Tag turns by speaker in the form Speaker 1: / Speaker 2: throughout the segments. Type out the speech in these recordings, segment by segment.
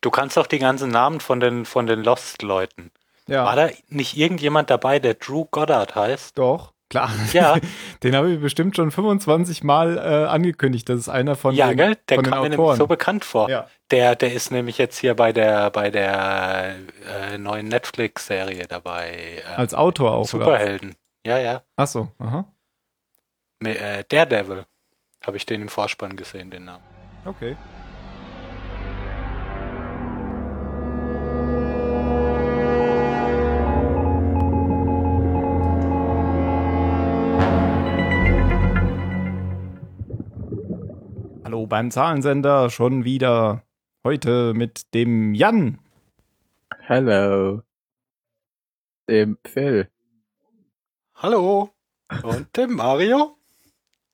Speaker 1: Du kannst doch die ganzen Namen von den, von den Lost-Leuten.
Speaker 2: Ja.
Speaker 1: War da nicht irgendjemand dabei, der Drew Goddard heißt?
Speaker 2: Doch, klar.
Speaker 1: Ja.
Speaker 2: Den habe ich bestimmt schon 25 Mal äh, angekündigt. Das ist einer von
Speaker 1: ja,
Speaker 2: den,
Speaker 1: gell? Der
Speaker 2: von den
Speaker 1: kam mir nämlich
Speaker 2: Autoren.
Speaker 1: so bekannt vor.
Speaker 2: ja.
Speaker 1: Der, der ist nämlich jetzt hier bei der, bei der äh, neuen Netflix-Serie dabei. Äh,
Speaker 2: Als Autor auch. Oder?
Speaker 1: Superhelden. Ja, ja.
Speaker 2: Ach so, aha.
Speaker 1: Nee, äh, Daredevil. Habe ich den im Vorspann gesehen, den Namen.
Speaker 2: Okay. Hallo beim Zahlensender schon wieder. Heute mit dem Jan.
Speaker 3: Hello. Dem Phil.
Speaker 1: Hallo. Und dem Mario?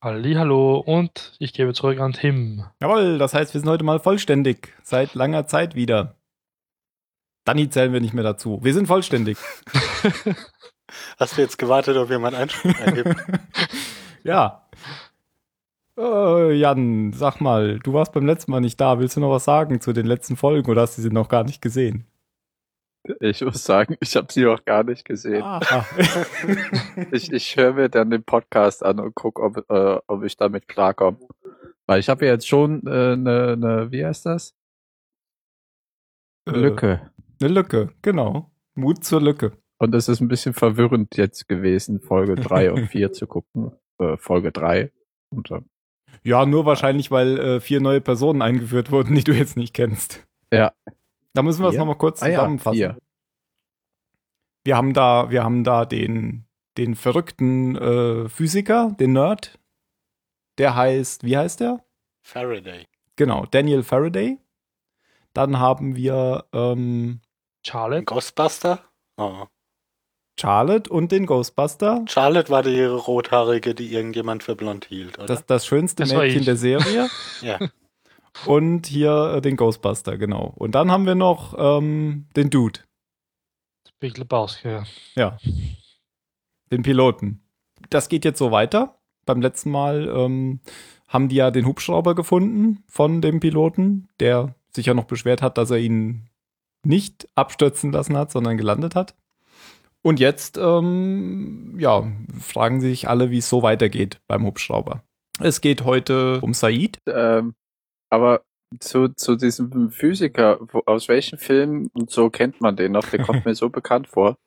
Speaker 4: Hallihallo und ich gebe zurück an Tim.
Speaker 2: Jawohl, das heißt, wir sind heute mal vollständig. Seit langer Zeit wieder. Danny zählen wir nicht mehr dazu. Wir sind vollständig.
Speaker 1: Hast du jetzt gewartet, ob jemand Einspruch erhebt?
Speaker 2: Ja. Äh, Jan, sag mal, du warst beim letzten Mal nicht da. Willst du noch was sagen zu den letzten Folgen oder hast du sie noch gar nicht gesehen?
Speaker 3: Ich muss sagen, ich habe sie auch gar nicht gesehen.
Speaker 2: Ah,
Speaker 3: Ich, ich höre mir dann den Podcast an und guck, ob, äh, ob ich damit klarkomme. Weil ich habe ja jetzt schon äh, ne, ne, wie heißt das?
Speaker 2: äh,
Speaker 3: Lücke.
Speaker 2: Eine Lücke, genau. Mut zur Lücke.
Speaker 3: Und es ist ein bisschen verwirrend jetzt gewesen, Folge 3 und 4 zu gucken. Äh, Folge 3. Und, äh,
Speaker 2: Ja, nur wahrscheinlich, weil äh, vier neue Personen eingeführt wurden, die du jetzt nicht kennst.
Speaker 3: Ja.
Speaker 2: Da müssen wir es
Speaker 3: Vier?
Speaker 2: nochmal kurz
Speaker 3: Ah ja,
Speaker 2: zusammenfassen.
Speaker 3: vier.
Speaker 2: Wir haben da, wir haben da den, den verrückten äh, Physiker, den Nerd. Der heißt, wie heißt der?
Speaker 1: Faraday.
Speaker 2: Genau, Daniel Faraday. Dann haben wir ähm,
Speaker 4: Charlotte?
Speaker 1: Ghostbuster? Oh.
Speaker 2: Charlotte und den Ghostbuster.
Speaker 1: Charlotte war die rothaarige, die irgendjemand für blond hielt, oder?
Speaker 2: Das, das schönste
Speaker 4: Das war
Speaker 2: Mädchen
Speaker 4: ich.
Speaker 2: der Serie.
Speaker 1: ja.
Speaker 2: Und hier äh, den Ghostbuster, genau. Und dann haben wir noch ähm, den Dude,
Speaker 4: Big Lebowski. ja.
Speaker 2: den Piloten. Das geht jetzt so weiter. Beim letzten Mal ähm, haben die ja den Hubschrauber gefunden von dem Piloten, der sich ja noch beschwert hat, dass er ihn nicht abstürzen lassen hat, sondern gelandet hat. Und jetzt, ähm, ja, fragen sich alle, wie es so weitergeht beim Hubschrauber. Es geht heute um Said.
Speaker 3: Ähm, aber zu, zu diesem Physiker, wo, aus welchen Filmen und so kennt man den noch? Der kommt mir so bekannt vor.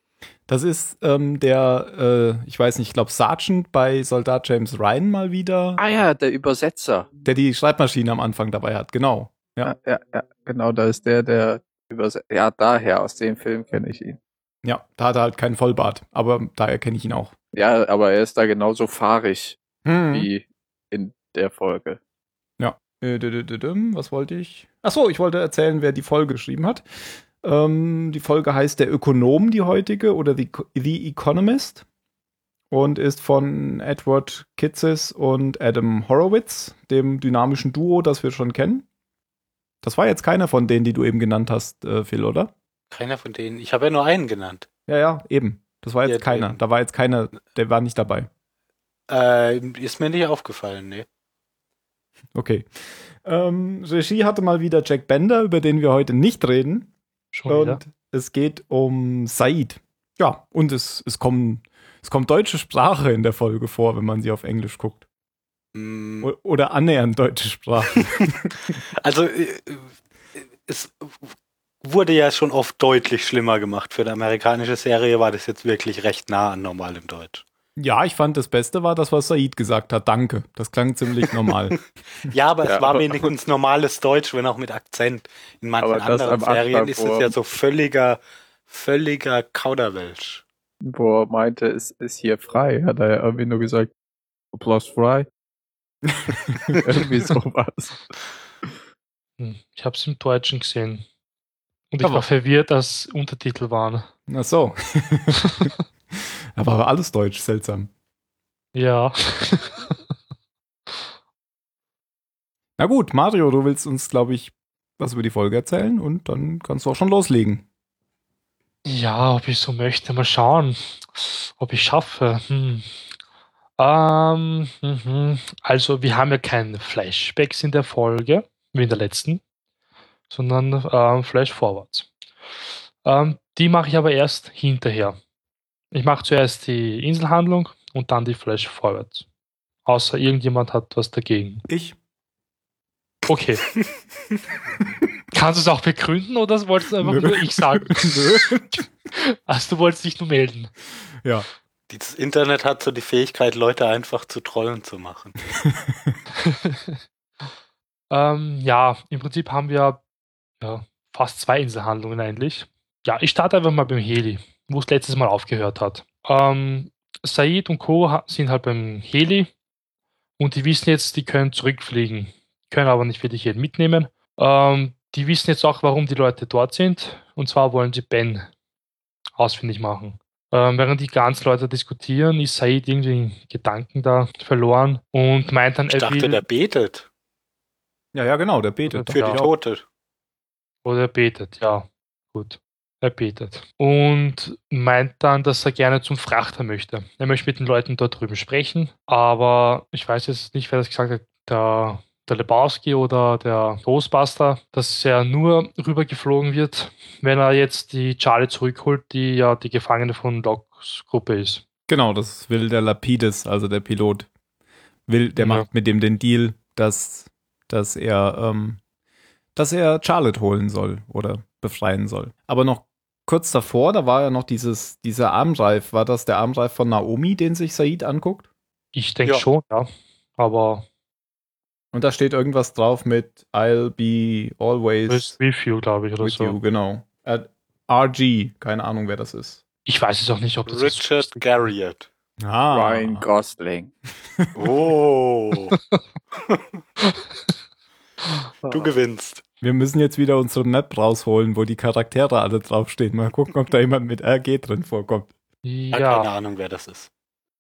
Speaker 2: Das ist ähm, der, äh, ich weiß nicht, ich glaube Sergeant bei Soldat James Ryan mal wieder,
Speaker 3: Ah ja, der Übersetzer.
Speaker 2: der die Schreibmaschine am Anfang dabei hat, genau. Ja.
Speaker 3: Ja, ja, ja, genau, da ist der, der Übersetzer. Ja, daher, aus dem Film kenne ich ihn.
Speaker 2: Ja, da hat er halt keinen Vollbart, aber daher kenne ich ihn auch.
Speaker 3: Ja, aber er ist da genauso fahrig
Speaker 2: Hm.
Speaker 3: wie in der Folge.
Speaker 2: Äh, dü- dü- dü- düm, Was wollte ich? Ach so, ich wollte erzählen, wer die Folge geschrieben hat. Ähm, die Folge heißt Der Ökonom, die heutige, oder The, The Economist und ist von Edward Kitsis und Adam Horowitz, dem dynamischen Duo, das wir schon kennen. Das war jetzt keiner von denen, die du eben genannt hast, äh, Phil, oder?
Speaker 1: Keiner von denen. Ich habe ja nur einen genannt.
Speaker 2: Ja, ja, eben. Das war jetzt
Speaker 1: Ja,
Speaker 2: keiner.
Speaker 1: eben.
Speaker 2: Da war jetzt keiner, der war nicht dabei.
Speaker 1: Äh, ist mir nicht aufgefallen, nee.
Speaker 2: Okay. Ähm, Regie hatte mal wieder Jack Bender, über den wir heute nicht reden.
Speaker 4: Schon
Speaker 1: Oh,
Speaker 4: wieder.
Speaker 2: Und es geht um Said. Ja, und es, es, kommen, es kommt deutsche Sprache in der Folge vor, wenn man sie auf Englisch guckt.
Speaker 1: Hm.
Speaker 2: O oder annähernd deutsche Sprache.
Speaker 1: Also, äh, äh, es wurde ja schon oft deutlich schlimmer gemacht. Für eine amerikanische Serie war das jetzt wirklich recht nah an normalem Deutsch.
Speaker 2: ja, ich fand das Beste war das, was Said gesagt hat. Danke. Das klang ziemlich normal.
Speaker 1: Ja, aber
Speaker 3: Ja,
Speaker 1: es war
Speaker 3: aber-
Speaker 1: wenigstens normales Deutsch, wenn auch mit Akzent. In manchen
Speaker 3: Aber das
Speaker 1: anderen
Speaker 3: am Anfang,
Speaker 1: Serien ist es
Speaker 3: wo-
Speaker 1: ja so völliger, völliger Kauderwelsch.
Speaker 3: Wo er meinte, es ist hier frei, hat er ja irgendwie nur gesagt, Applaus frei. irgendwie sowas.
Speaker 4: Hm, Ich habe es im Deutschen gesehen. Und ich
Speaker 2: Aber-
Speaker 4: war verwirrt, als Untertitel waren.
Speaker 2: Ach so. Aber war alles deutsch, seltsam.
Speaker 4: Ja.
Speaker 2: Na gut, Mario, du willst uns, glaube ich, was über die Folge erzählen und dann kannst du auch schon loslegen.
Speaker 4: ja, ob ich so möchte. Mal schauen, ob ich schaffe. Hm. Ähm, mhm. also, wir haben ja keine Flashbacks in der Folge, wie in der letzten. sondern ähm, Flash Forwards. Ähm, die mache ich aber erst hinterher. Ich mache zuerst die Inselhandlung und dann die Flash Forwards. Außer irgendjemand hat was dagegen.
Speaker 2: Ich?
Speaker 4: Okay. Kannst du es auch begründen oder wolltest du einfach
Speaker 2: Nö.
Speaker 4: nur ich sagen?
Speaker 2: Nö.
Speaker 4: Also du wolltest dich nur melden.
Speaker 2: Ja.
Speaker 1: Das Internet hat so die Fähigkeit, Leute einfach zu Trollen zu machen.
Speaker 4: Ähm, ja, im Prinzip haben wir ja, fast zwei Inselhandlungen eigentlich. Ja, ich starte einfach mal beim Heli, wo es letztes Mal aufgehört hat. Ähm, Said und Co. ha- sind halt beim Heli und die wissen jetzt, die können zurückfliegen, können aber nicht wirklich jeden mitnehmen. Ähm, die wissen jetzt auch, warum die Leute dort sind und zwar wollen sie Ben ausfindig machen. Ähm, während die ganzen Leute diskutieren, ist Said irgendwie in Gedanken da verloren und meint dann,
Speaker 1: Ich dachte, der betet
Speaker 2: Ja, ja, genau, der betet.
Speaker 1: für die
Speaker 4: Ja.
Speaker 1: Tote.
Speaker 4: Oder er betet, ja. Gut. Er betet. Und meint dann, dass er gerne zum Frachter möchte. Er möchte mit den Leuten dort drüben sprechen, aber ich weiß jetzt nicht, wer das gesagt hat. Der, der Lebowski oder der Ghostbuster, dass er nur rübergeflogen wird, wenn er jetzt die Charlie zurückholt, die ja die Gefangene von Locks Gruppe ist.
Speaker 2: Genau, das will der Lapides, also der Pilot. Will, der
Speaker 4: Ja.
Speaker 2: macht mit dem den Deal, dass, dass er, ähm, dass er Charlotte holen soll oder befreien soll. Aber noch kurz davor, da war ja noch dieses, dieser Armreif, war das der Armreif von Naomi, den sich Said anguckt?
Speaker 4: Ich denke
Speaker 1: Ja.
Speaker 4: schon, ja. Aber
Speaker 2: Und da steht irgendwas drauf mit I'll be always
Speaker 4: das Review, glaube ich, oder
Speaker 2: with
Speaker 4: so.
Speaker 2: you, genau. Äh, RG, keine Ahnung, wer das ist.
Speaker 4: Ich weiß jetzt auch nicht, ob das jetzt-
Speaker 1: Richard Garriott.
Speaker 2: Ah.
Speaker 3: Ryan Gosling.
Speaker 1: Oh, du gewinnst.
Speaker 2: Wir müssen jetzt wieder unsere Map rausholen, wo die Charaktere alle draufstehen. Mal gucken, ob da jemand mit RG drin vorkommt.
Speaker 1: Ja.
Speaker 4: Ja.
Speaker 1: Keine Ahnung, wer das ist.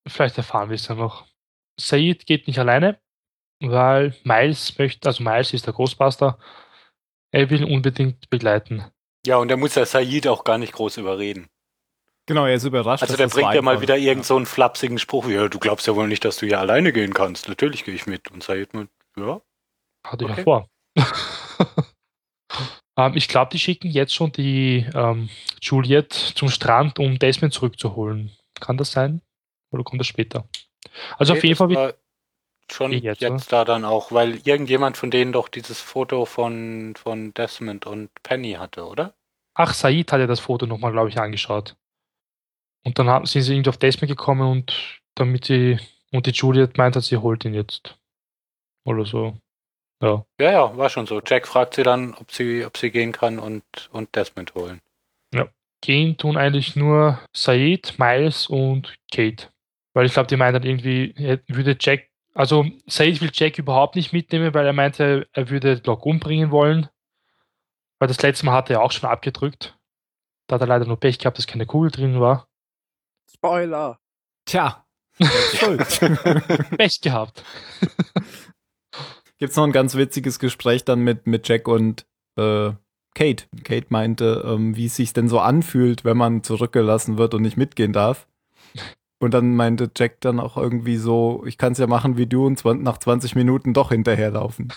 Speaker 4: vielleicht erfahren wir es ja noch. Said geht nicht alleine, weil Miles möchte, also Miles ist der Ghostbuster, er will ihn unbedingt begleiten.
Speaker 1: Ja, und der muss ja Said auch gar nicht groß überreden.
Speaker 2: Genau, er ist überrascht.
Speaker 1: Also
Speaker 2: dass
Speaker 1: der
Speaker 2: das
Speaker 1: bringt ja
Speaker 2: Ryan
Speaker 1: mal
Speaker 2: war.
Speaker 1: wieder irgend so einen flapsigen Spruch. wie, Ja, du glaubst ja wohl nicht, dass du hier alleine gehen kannst. Natürlich gehe ich mit. Und Said mit, ja.
Speaker 4: Hatte ich
Speaker 1: Okay.
Speaker 4: ja vor. ähm, ich glaube, die schicken jetzt schon die ähm, Juliet zum Strand, um Desmond zurückzuholen. Kann das sein? Oder kommt das später? Also auf
Speaker 1: Nee,
Speaker 4: jeden
Speaker 1: das
Speaker 4: Fall wird
Speaker 1: war schon
Speaker 4: Eh
Speaker 1: jetzt,
Speaker 4: jetzt,
Speaker 1: da
Speaker 4: oder?
Speaker 1: dann auch, weil irgendjemand von denen doch dieses Foto von, von Desmond und Penny hatte, oder?
Speaker 4: Ach, Said hat ja das Foto nochmal, glaube ich, angeschaut. Und dann haben, sind sie irgendwie auf Desmond gekommen und damit sie und die Juliet meint hat, sie holt ihn jetzt. Oder so. Ja.
Speaker 1: Ja, ja, war schon so. Jack fragt sie dann, ob sie, ob sie gehen kann und, und Desmond holen.
Speaker 4: Gehen tun eigentlich nur Said, Miles und Kate. Weil ich glaube, die meint dann irgendwie, er würde Jack, also Said will Jack überhaupt nicht mitnehmen, weil er meinte, er würde Locke umbringen wollen. Weil das letzte Mal hat er auch schon abgedrückt. Da hat er leider nur Pech gehabt, dass keine Kugel drin war.
Speaker 3: Spoiler.
Speaker 2: Tja. Schuld.
Speaker 4: Pech gehabt.
Speaker 2: Gibt's noch ein ganz witziges Gespräch dann mit, mit Jack und äh, Kate. Kate meinte, ähm, wie es sich denn so anfühlt, wenn man zurückgelassen wird und nicht mitgehen darf. Und dann meinte Jack dann auch irgendwie so, ich kann's ja machen wie du und zwan- nach 20 Minuten doch hinterherlaufen.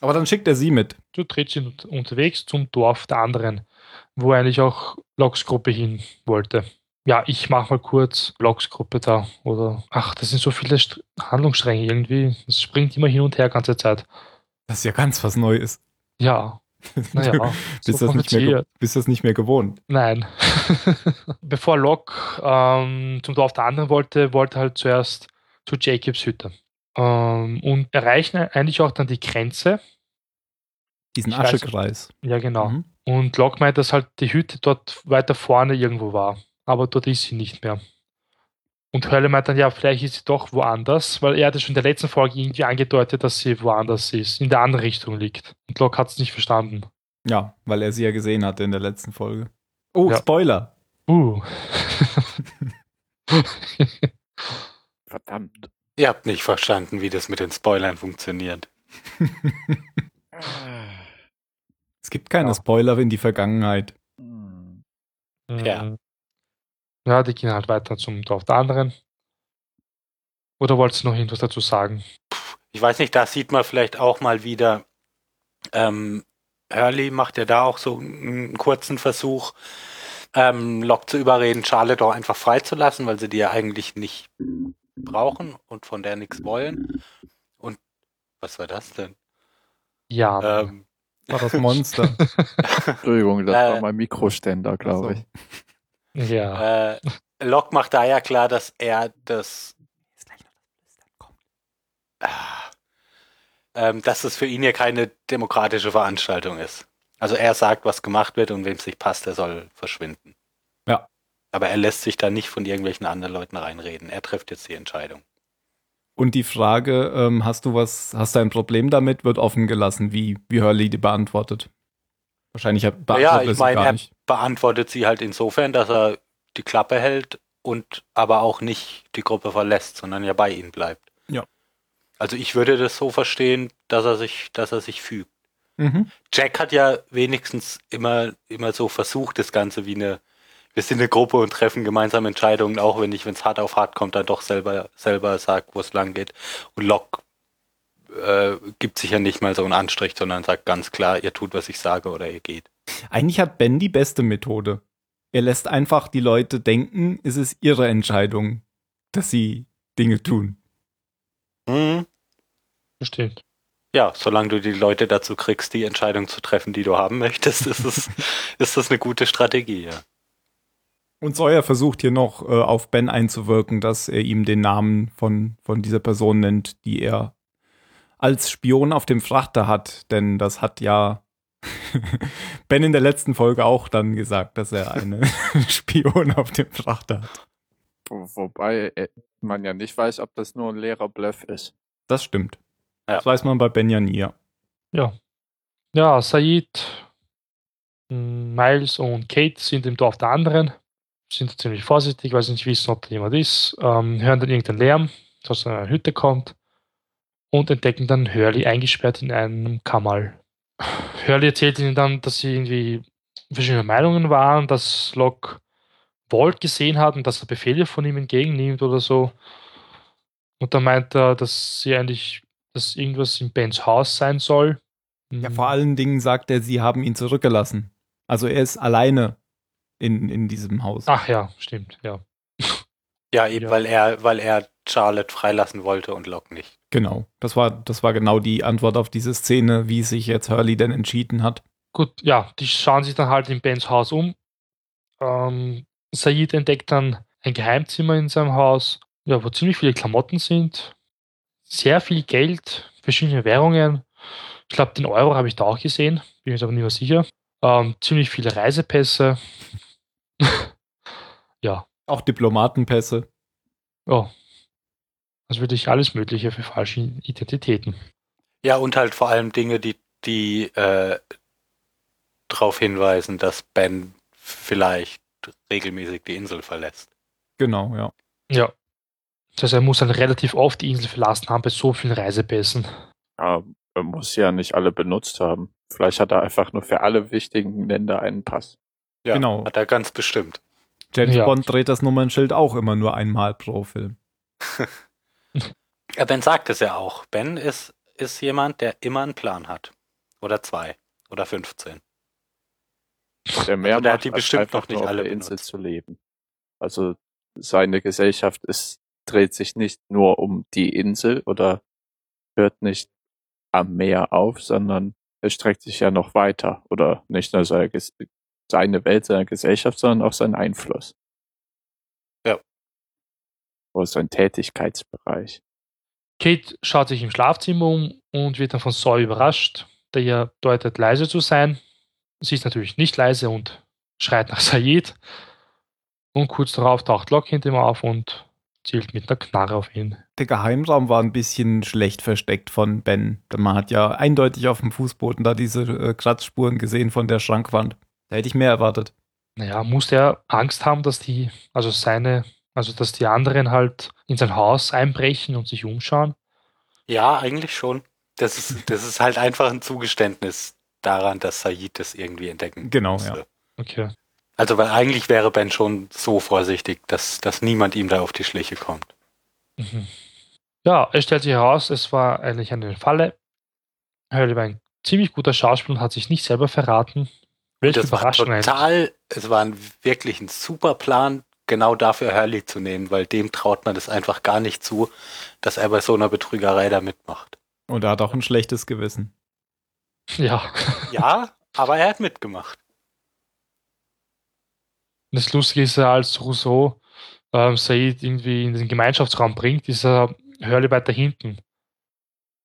Speaker 2: Aber dann schickt er sie mit.
Speaker 4: Du trittst ihn ut- unterwegs zum Dorf der anderen, wo eigentlich auch Loks Gruppe hin wollte. Ja, ich mache mal kurz Loks Gruppe da. Oder ach, das sind so viele Str- Handlungsstränge irgendwie. Es springt immer hin und her ganze Zeit.
Speaker 2: Das ist ja ganz was Neues.
Speaker 4: Ja, naja.
Speaker 2: bist, das nicht mehr, ge- bist das nicht mehr gewohnt.
Speaker 4: Nein. Bevor Locke ähm, zum Dorf der anderen wollte, wollte er halt zuerst zu Jacobs Hütte. Ähm, und erreichen eigentlich auch dann die Grenze.
Speaker 2: Diesen
Speaker 4: Ich weiß nicht.
Speaker 2: Aschekreis.
Speaker 4: Ja, genau.
Speaker 2: Mhm.
Speaker 4: Und Locke meint, dass halt die Hütte dort weiter vorne irgendwo war. Aber dort ist sie nicht mehr. Und Hölle meint dann, ja, vielleicht ist sie doch woanders, weil er hat ja schon in der letzten Folge irgendwie angedeutet, dass sie woanders ist, in der anderen Richtung liegt. Und Locke hat es nicht verstanden.
Speaker 2: Ja, weil er sie ja gesehen hatte in der letzten Folge. Oh,
Speaker 4: Ja.
Speaker 2: Spoiler.
Speaker 4: Uh.
Speaker 3: Verdammt.
Speaker 1: Ihr habt nicht verstanden, wie das mit den Spoilern funktioniert.
Speaker 2: Es gibt keine
Speaker 4: Ja.
Speaker 2: Spoiler in die Vergangenheit.
Speaker 3: Hm.
Speaker 1: Ja.
Speaker 4: Ja, die gehen halt weiter zum Dorf der anderen. Oder wolltest du noch irgendwas dazu sagen?
Speaker 1: Ich weiß nicht, da sieht man vielleicht auch mal wieder, ähm, Hurley macht ja da auch so einen kurzen Versuch, ähm, Locke zu überreden, Charlotte auch einfach freizulassen, weil sie die ja eigentlich nicht brauchen und von der nichts wollen. Und was war das denn?
Speaker 4: Ja.
Speaker 1: Ähm,
Speaker 2: War das Monster.
Speaker 3: Entschuldigung, das
Speaker 1: Äh,
Speaker 3: war mein Mikroständer, glaube
Speaker 2: Ach so.
Speaker 3: ich.
Speaker 4: ja.
Speaker 1: äh, Locke macht da ja klar, dass er das Ah. ähm, dass es für ihn ja keine demokratische Veranstaltung ist. Also er sagt, was gemacht wird und wem es nicht passt, der soll verschwinden.
Speaker 2: Ja.
Speaker 1: Aber er lässt sich da nicht von irgendwelchen anderen Leuten reinreden. Er trifft jetzt die Entscheidung.
Speaker 2: Und die Frage, ähm, hast du was, hast du ein Problem damit, wird offen gelassen, wie, wie Hurley die beantwortet. Wahrscheinlich hat-
Speaker 1: ja,
Speaker 2: beantwortet
Speaker 1: ich
Speaker 2: sie
Speaker 1: meine,
Speaker 2: gar
Speaker 1: er
Speaker 2: nicht.
Speaker 1: beantwortet sie halt insofern, dass er die Klappe hält und aber auch nicht die Gruppe verlässt, sondern ja bei ihnen bleibt.
Speaker 2: Ja.
Speaker 1: Also ich würde das so verstehen, dass er sich, dass er sich fügt.
Speaker 2: Mhm.
Speaker 1: Jack hat ja wenigstens immer, immer so versucht, das Ganze wie eine, wir sind eine Gruppe und treffen gemeinsam Entscheidungen, auch wenn ich, wenn es hart auf hart kommt, dann doch selber, selber sagt, wo es lang geht. Und Locke äh, gibt sich ja nicht mal so einen Anstrich, sondern sagt ganz klar, ihr tut, was ich sage oder ihr geht.
Speaker 2: Eigentlich hat Ben die beste Methode. Er lässt einfach die Leute denken, es ist ihre Entscheidung, dass sie Dinge tun.
Speaker 4: Bestimmt.
Speaker 1: Ja, solange du die Leute dazu kriegst, die Entscheidung zu treffen, die du haben möchtest, ist, es, ist das eine gute Strategie, ja.
Speaker 2: Und Sawyer versucht hier noch äh, auf Ben einzuwirken, dass er ihm den Namen von, von dieser Person nennt, die er als Spion auf dem Frachter hat. Denn das hat ja Ben in der letzten Folge auch dann gesagt, dass er einen Spion auf dem Frachter hat.
Speaker 3: Wo, wobei äh, man ja nicht weiß, ob das nur ein leerer Bluff ist.
Speaker 2: Das stimmt.
Speaker 1: Ja.
Speaker 2: Das weiß man bei Ben ja nie. ja.
Speaker 4: Ja, Said, m, Miles und Kate sind im Dorf der anderen, sind ziemlich vorsichtig, weil sie nicht wissen, ob da jemand ist, ähm, hören dann irgendeinen Lärm, der aus einer Hütte kommt und entdecken dann Hurley eingesperrt in einem Kammerl. Hurley erzählt ihnen dann, dass sie irgendwie verschiedene Meinungen waren, dass Locke Walt gesehen hat und dass er Befehle von ihm entgegennimmt oder so. Und dann meint er, dass sie eigentlich, dass irgendwas in Bens Haus sein soll.
Speaker 2: Ja,
Speaker 4: Mhm.
Speaker 2: vor allen Dingen sagt er, sie haben ihn zurückgelassen. Also er ist alleine in, in diesem Haus.
Speaker 4: Ach ja, stimmt, ja.
Speaker 1: Ja, eben,
Speaker 4: Ja.
Speaker 1: weil er, weil er Charlotte freilassen wollte und Locke nicht.
Speaker 2: Genau. Das war, das war genau die Antwort auf diese Szene, wie sich jetzt Hurley denn entschieden hat.
Speaker 4: Gut, ja, die schauen sich dann halt in Bens Haus um. Ähm, Said entdeckt dann ein Geheimzimmer in seinem Haus, ja, wo ziemlich viele Klamotten sind, sehr viel Geld, verschiedene Währungen. Ich glaube, den Euro habe ich da auch gesehen, bin mir jetzt aber nicht mehr sicher. Ähm, ziemlich viele Reisepässe. ja,
Speaker 2: Auch Diplomatenpässe.
Speaker 4: ja. Also wirklich alles Mögliche für falsche Identitäten.
Speaker 1: Ja, und halt vor allem Dinge, die, die äh, darauf hinweisen, dass Ben vielleicht regelmäßig die Insel verlässt.
Speaker 2: Genau, ja.
Speaker 4: Das heißt, er muss dann relativ oft die Insel verlassen haben bei so vielen Reisepässen.
Speaker 3: Ja, er muss ja nicht alle benutzt haben. Vielleicht hat er einfach nur für alle wichtigen Länder einen Pass.
Speaker 1: Ja,
Speaker 2: Genau.
Speaker 1: Hat er ganz bestimmt.
Speaker 2: James
Speaker 4: Ja.
Speaker 2: Bond dreht das Nummernschild auch immer nur einmal pro Film.
Speaker 1: Ja, ben sagt es ja auch. Ben ist, ist jemand, der immer einen Plan hat. Oder zwei. Oder 15.
Speaker 3: Der mehr
Speaker 1: Also der hat
Speaker 3: macht,
Speaker 1: die
Speaker 3: als
Speaker 1: bestimmt
Speaker 3: einfach
Speaker 1: noch nicht
Speaker 3: nur auf
Speaker 1: alle
Speaker 3: der Insel
Speaker 1: benutzt.
Speaker 3: zu leben. Also seine Gesellschaft ist, dreht sich nicht nur um die Insel oder hört nicht am Meer auf, sondern es streckt sich ja noch weiter. Oder nicht nur seine, Ges- seine Welt, seine Gesellschaft, sondern auch sein Einfluss.
Speaker 1: Ja.
Speaker 3: Oder sein Tätigkeitsbereich.
Speaker 4: Kate schaut sich im Schlafzimmer um und wird dann von Saul überrascht, der ihr deutet, leise zu sein. Sie ist natürlich nicht leise und schreit nach Sayed. Und kurz darauf taucht Locke hinter ihm auf und zielt mit einer Knarre auf ihn.
Speaker 2: Der Geheimraum war ein bisschen schlecht versteckt von Ben. Denn Man hat ja eindeutig auf dem Fußboden da diese äh, Kratzspuren gesehen von der Schrankwand. Da hätte ich mehr erwartet.
Speaker 4: Naja, muss er Angst haben, dass die, also seine, also dass die anderen halt in sein Haus einbrechen und sich umschauen?
Speaker 1: Ja, eigentlich schon. Das ist, das ist halt einfach ein Zugeständnis daran, dass Said das irgendwie entdecken
Speaker 2: Genau,
Speaker 1: musste.
Speaker 2: ja.
Speaker 4: Okay.
Speaker 1: Also, weil eigentlich wäre Ben schon so vorsichtig, dass, dass niemand ihm da auf die Schliche kommt.
Speaker 4: Mhm. Ja, es stellt sich heraus, es war eigentlich eine Falle. Hurley war ein ziemlich guter Schauspieler und hat sich nicht selber verraten. Welche
Speaker 1: das war
Speaker 4: Überraschung eigentlich.
Speaker 1: total, es war ein, wirklich ein super Plan, genau dafür Hurley zu nehmen, weil dem traut man das einfach gar nicht zu, dass er bei so einer Betrügerei da mitmacht.
Speaker 2: Und er hat auch ein schlechtes Gewissen.
Speaker 4: Ja.
Speaker 1: Ja, aber er hat mitgemacht.
Speaker 4: Und das Lustige ist ja, als Rousseau ähm, Said irgendwie in den Gemeinschaftsraum bringt, ist er Hurley weiter hinten.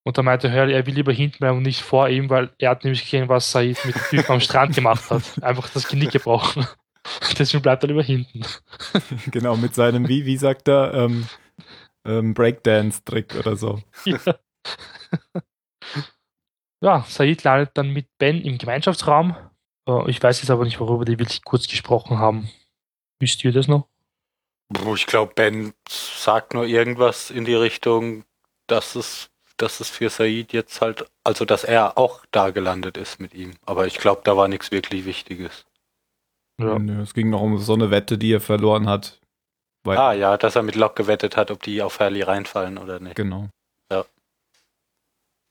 Speaker 4: Und da meinte Hurley, er will lieber hinten bleiben und nicht vor ihm, weil er hat nämlich gesehen, was Said mit dem Typen am Strand gemacht hat. Einfach das Genick gebrochen. Deswegen bleibt er lieber hinten.
Speaker 2: genau, mit seinem, wie, wie sagt er, ähm, ähm, Breakdance-Trick oder so.
Speaker 4: Ja, Said landet dann mit Ben im Gemeinschaftsraum. Äh, Ich weiß jetzt aber nicht, worüber die wirklich kurz gesprochen haben. Wisst ihr das noch?
Speaker 1: Puh, Ich glaube, Ben sagt nur irgendwas in die Richtung, dass es, dass es für Said jetzt halt, also dass er auch da gelandet ist mit ihm. Aber ich glaube, da war nichts wirklich Wichtiges.
Speaker 4: Ja.
Speaker 1: Mhm.
Speaker 2: Nö, es ging noch um so eine Wette, die er verloren hat. Weil,
Speaker 1: Ah ja, dass er mit Locke gewettet hat, ob die auf Hurley reinfallen oder nicht.
Speaker 2: Genau.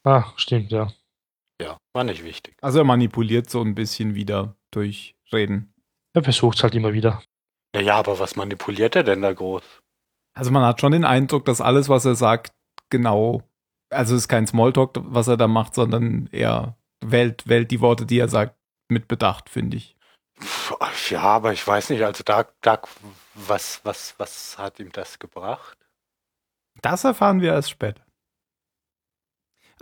Speaker 4: Ah, stimmt, ja.
Speaker 1: Ja, war nicht wichtig.
Speaker 2: Also er manipuliert so ein bisschen wieder durch Reden.
Speaker 4: Er versucht es halt immer wieder.
Speaker 1: Naja, aber was manipuliert er denn da groß?
Speaker 2: Also man hat schon den Eindruck, dass alles, was er sagt, genau, also es ist kein Smalltalk, was er da macht, sondern er wählt, wählt die Worte, die er sagt, mit Bedacht, finde ich.
Speaker 1: Pff, Ja, aber ich weiß nicht, also da, da was, was, was hat ihm das gebracht?
Speaker 2: Das erfahren wir erst später.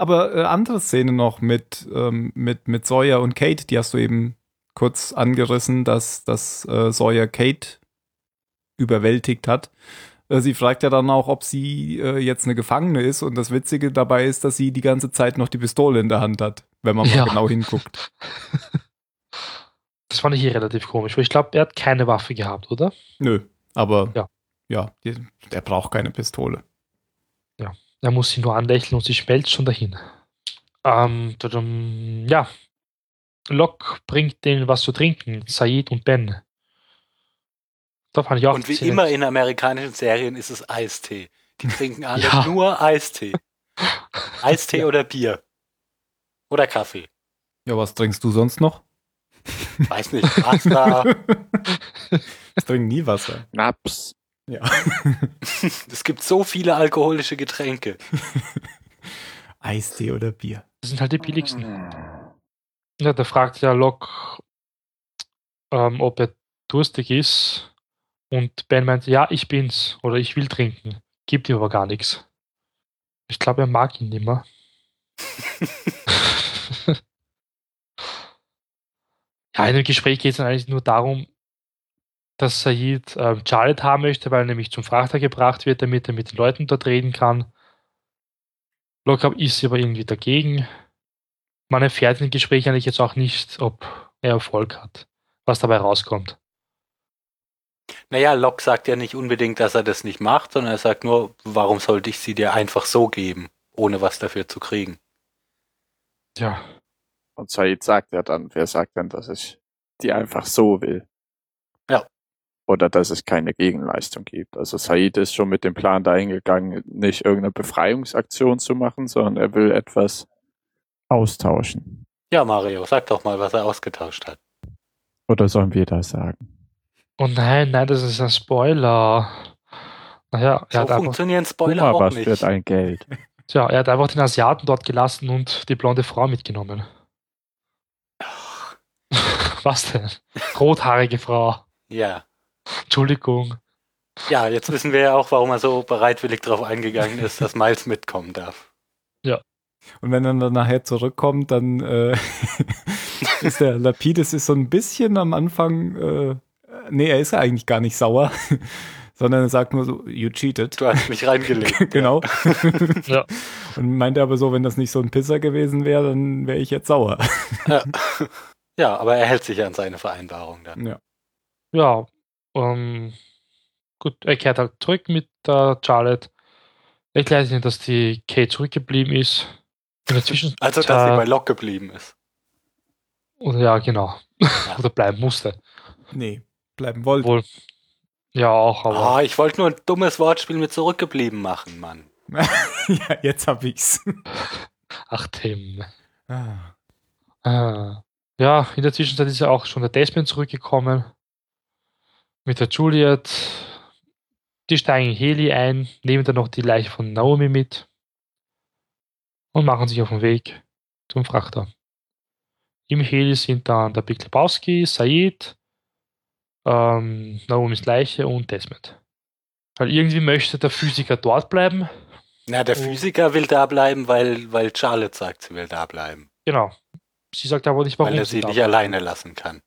Speaker 2: Aber äh, andere Szene noch mit, ähm, mit, mit Sawyer und Kate, die hast du eben kurz angerissen, dass, dass äh, Sawyer Kate überwältigt hat. Äh, sie fragt ja dann auch, ob sie äh, jetzt eine Gefangene ist. Und das Witzige dabei ist, dass sie die ganze Zeit noch die Pistole in der Hand hat, wenn man mal
Speaker 4: Ja.
Speaker 2: genau hinguckt.
Speaker 4: Das fand ich hier relativ komisch, weil ich glaube, er hat keine Waffe gehabt, oder?
Speaker 2: Nö, aber ja,
Speaker 4: Ja.
Speaker 2: die, der braucht keine Pistole.
Speaker 4: Er muss sie nur anlächeln und sie schmelzt schon dahin. Ähm, tadam, ja. Locke bringt denen was zu trinken, Said und Ben. Da fand ich auch
Speaker 1: Und
Speaker 4: die
Speaker 1: wie
Speaker 4: Szene-
Speaker 1: immer in amerikanischen Serien ist es Eistee. Die trinken alle
Speaker 4: Ja.
Speaker 1: nur Eistee. Eistee
Speaker 4: Ja.
Speaker 1: oder Bier. Oder Kaffee.
Speaker 2: Ja, was trinkst du sonst noch?
Speaker 1: Weiß nicht, Pasta.
Speaker 2: Ich trinke nie Wasser.
Speaker 3: Naps.
Speaker 2: Ja.
Speaker 1: es gibt so viele alkoholische Getränke.
Speaker 2: Eistee oder Bier.
Speaker 4: Das sind halt die billigsten. Ja, da fragt ja Locke, ähm, ob er durstig ist. Und Ben meint, ja, ich bin's oder ich will trinken. Gibt ihm aber gar nichts. Ich glaube, er mag ihn nicht mehr. ja, in dem Gespräch geht es dann eigentlich nur darum, dass Said ähm, Charlotte haben möchte, weil er nämlich zum Frachter gebracht wird, damit er mit den Leuten dort reden kann. Lockhart ist aber irgendwie dagegen man erfährt im Gespräch eigentlich jetzt auch nicht, ob er Erfolg hat, was dabei rauskommt.
Speaker 1: Naja, Locke sagt ja nicht unbedingt, dass er das nicht macht, sondern er sagt nur, warum sollte ich sie dir einfach so geben, ohne was dafür zu kriegen?
Speaker 4: Ja.
Speaker 3: Und Said sagt ja dann, wer sagt denn, dass ich die einfach so will?
Speaker 1: Ja.
Speaker 3: Oder dass es keine Gegenleistung gibt. Also Said ist schon mit dem Plan dahingegangen, nicht irgendeine Befreiungsaktion zu machen, sondern er will etwas austauschen.
Speaker 1: Ja, Mario, sag doch mal, was er ausgetauscht hat.
Speaker 3: Oder sollen wir das sagen?
Speaker 4: Oh nein, nein, das ist ein Spoiler. Naja, er,
Speaker 1: So
Speaker 4: hat einfach,
Speaker 1: funktionieren Spoiler
Speaker 3: Guck mal,
Speaker 1: auch
Speaker 3: was
Speaker 1: nicht.
Speaker 3: wird ein Geld?
Speaker 4: tja, er hat einfach den Asiaten dort gelassen und die blonde Frau mitgenommen. Was denn? Rothaarige Frau.
Speaker 1: Ja.
Speaker 4: Entschuldigung.
Speaker 1: Ja, jetzt wissen wir ja auch, warum er so bereitwillig darauf eingegangen ist, dass Miles mitkommen darf.
Speaker 2: Und wenn er dann nachher zurückkommt, dann äh, ist der Lapidus ist so ein bisschen am Anfang, äh, nee, er ist ja eigentlich gar nicht sauer, sondern er sagt nur so, you cheated.
Speaker 1: Du hast mich reingelegt.
Speaker 2: genau.
Speaker 4: Ja.
Speaker 2: Und meinte aber so, wenn das nicht so ein Pisser gewesen wäre, dann wäre ich jetzt sauer.
Speaker 1: Ja. ja, aber er hält sich an seine Vereinbarung dann.
Speaker 2: Ja.
Speaker 4: Ja, ähm, gut, er kehrt halt zurück mit äh, Charlotte. Erklärt ihnen, dass die Kate zurückgeblieben ist. In der Äh, Zwischenzeit.
Speaker 1: Also, dass sie bei Locke geblieben ist.
Speaker 4: Oder ja, genau.
Speaker 1: Ja.
Speaker 4: Oder bleiben musste.
Speaker 2: Nee, bleiben wollte.
Speaker 4: Obwohl. Ja, auch, aber.
Speaker 1: Ah, ich wollte nur ein dummes Wortspiel mit zurückgeblieben machen, Mann.
Speaker 2: ja, jetzt hab ich's.
Speaker 4: Ach, Tim.
Speaker 2: Ah.
Speaker 4: Äh, ja, in der Zwischenzeit ist ja auch schon der Desmond zurückgekommen. Mit der Juliet. Die steigen in Heli ein, nehmen dann noch die Leiche von Naomi mit und machen sich auf den Weg zum Frachter. Im Heli sind dann der Big Lebowski, Said, ähm, Naomis Leiche und Desmond. Weil irgendwie möchte der Physiker dort bleiben.
Speaker 1: Na, der
Speaker 4: Oh.
Speaker 1: Physiker will da bleiben, weil, weil Charlotte sagt, sie will da bleiben.
Speaker 4: Genau. Sie sagt aber nicht, warum
Speaker 1: weil er sie
Speaker 4: da
Speaker 1: nicht
Speaker 4: war.
Speaker 1: alleine lassen kann.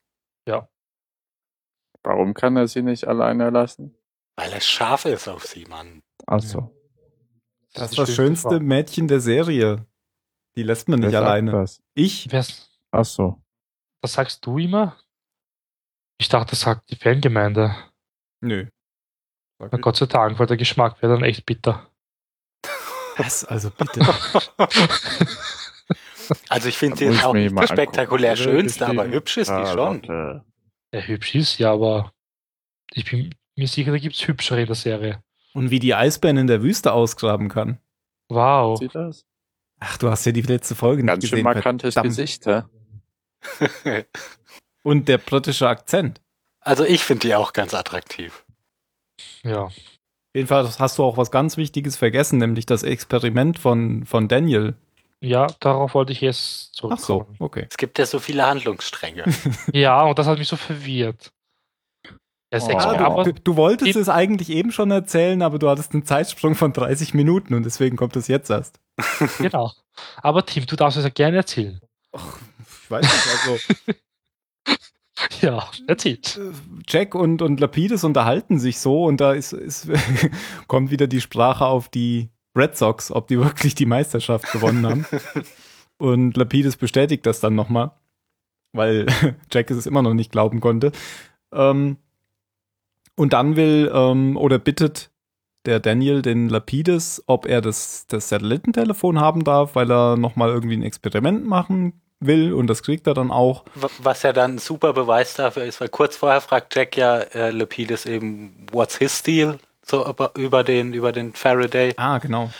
Speaker 3: Warum kann er sie nicht alleine lassen?
Speaker 1: Weil er scharf ist auf sie, Mann.
Speaker 3: Also,
Speaker 2: Das ist
Speaker 4: die
Speaker 2: das schönste
Speaker 4: Frage. äh,
Speaker 2: Mädchen der Serie. Die lässt man nicht alleine.
Speaker 3: Das?
Speaker 2: Ich?
Speaker 4: Wer's-
Speaker 3: Ach so.
Speaker 4: Das sagst du immer? Ich dachte, das sagt die Fangemeinde.
Speaker 2: Nö.
Speaker 4: Na Oh Gott sei Dank, weil der Geschmack wäre dann echt bitter.
Speaker 2: Was? Also bitte.
Speaker 1: Also ich finde sie
Speaker 3: Da muss
Speaker 1: jetzt
Speaker 3: ich
Speaker 1: auch
Speaker 3: mir
Speaker 1: nicht
Speaker 3: mal
Speaker 1: das
Speaker 3: angucken.
Speaker 2: Äh,
Speaker 3: Ah,
Speaker 1: spektakulär
Speaker 3: Oder
Speaker 1: schönste, aber
Speaker 3: gestiegen.
Speaker 1: hübsch ist die schon.
Speaker 3: Charlotte.
Speaker 4: Ja, hübsch ist ja, aber ich bin mir sicher, da gibt es hübschere in der Serie.
Speaker 2: Und wie die Eisbären in der Wüste ausgraben kann.
Speaker 4: Wow.
Speaker 3: Sieht das?
Speaker 2: Ach, du hast ja die letzte Folge
Speaker 3: Ganz
Speaker 2: nicht
Speaker 3: schön
Speaker 2: gesehen.
Speaker 3: markantes
Speaker 2: verdammt.
Speaker 3: Gesicht, hä?
Speaker 2: Und der britische Akzent.
Speaker 1: Also ich finde die auch ganz attraktiv.
Speaker 4: Ja.
Speaker 2: Jedenfalls hast du auch was ganz Wichtiges vergessen, nämlich das Experiment von, von Daniel.
Speaker 4: ja, darauf wollte ich jetzt
Speaker 2: Ach so,
Speaker 4: zurückkommen.
Speaker 2: okay.
Speaker 1: Es gibt ja so viele Handlungsstränge.
Speaker 4: Ja, und das hat mich so verwirrt. Er ist
Speaker 3: Oh.
Speaker 4: extra,
Speaker 3: Ah,
Speaker 4: aber
Speaker 2: du, du wolltest
Speaker 4: die-
Speaker 2: es eigentlich eben schon erzählen, aber du hattest einen Zeitsprung von 30 Minuten und deswegen kommt es jetzt erst.
Speaker 4: genau. Aber Tim, du darfst es ja gerne erzählen.
Speaker 2: Ich weiß nicht, also
Speaker 4: Ja, erzählt.
Speaker 2: Äh. Jack und, und Lapidus unterhalten sich so und da ist, ist, kommt wieder die Sprache auf die Red Sox, ob die wirklich die Meisterschaft gewonnen haben. und Lapidus bestätigt das dann nochmal, weil Jack es immer noch nicht glauben konnte. Ähm, und dann will ähm, oder bittet der Daniel den Lapidus, ob er das, das Satellitentelefon haben darf, weil er nochmal irgendwie ein Experiment machen will und das kriegt er dann auch.
Speaker 1: W- Was ja dann ein super Beweis dafür ist, weil kurz vorher fragt Jack ja äh, Lepidus eben, what's his deal? So über- über den, über den Faraday.
Speaker 2: Ah, genau.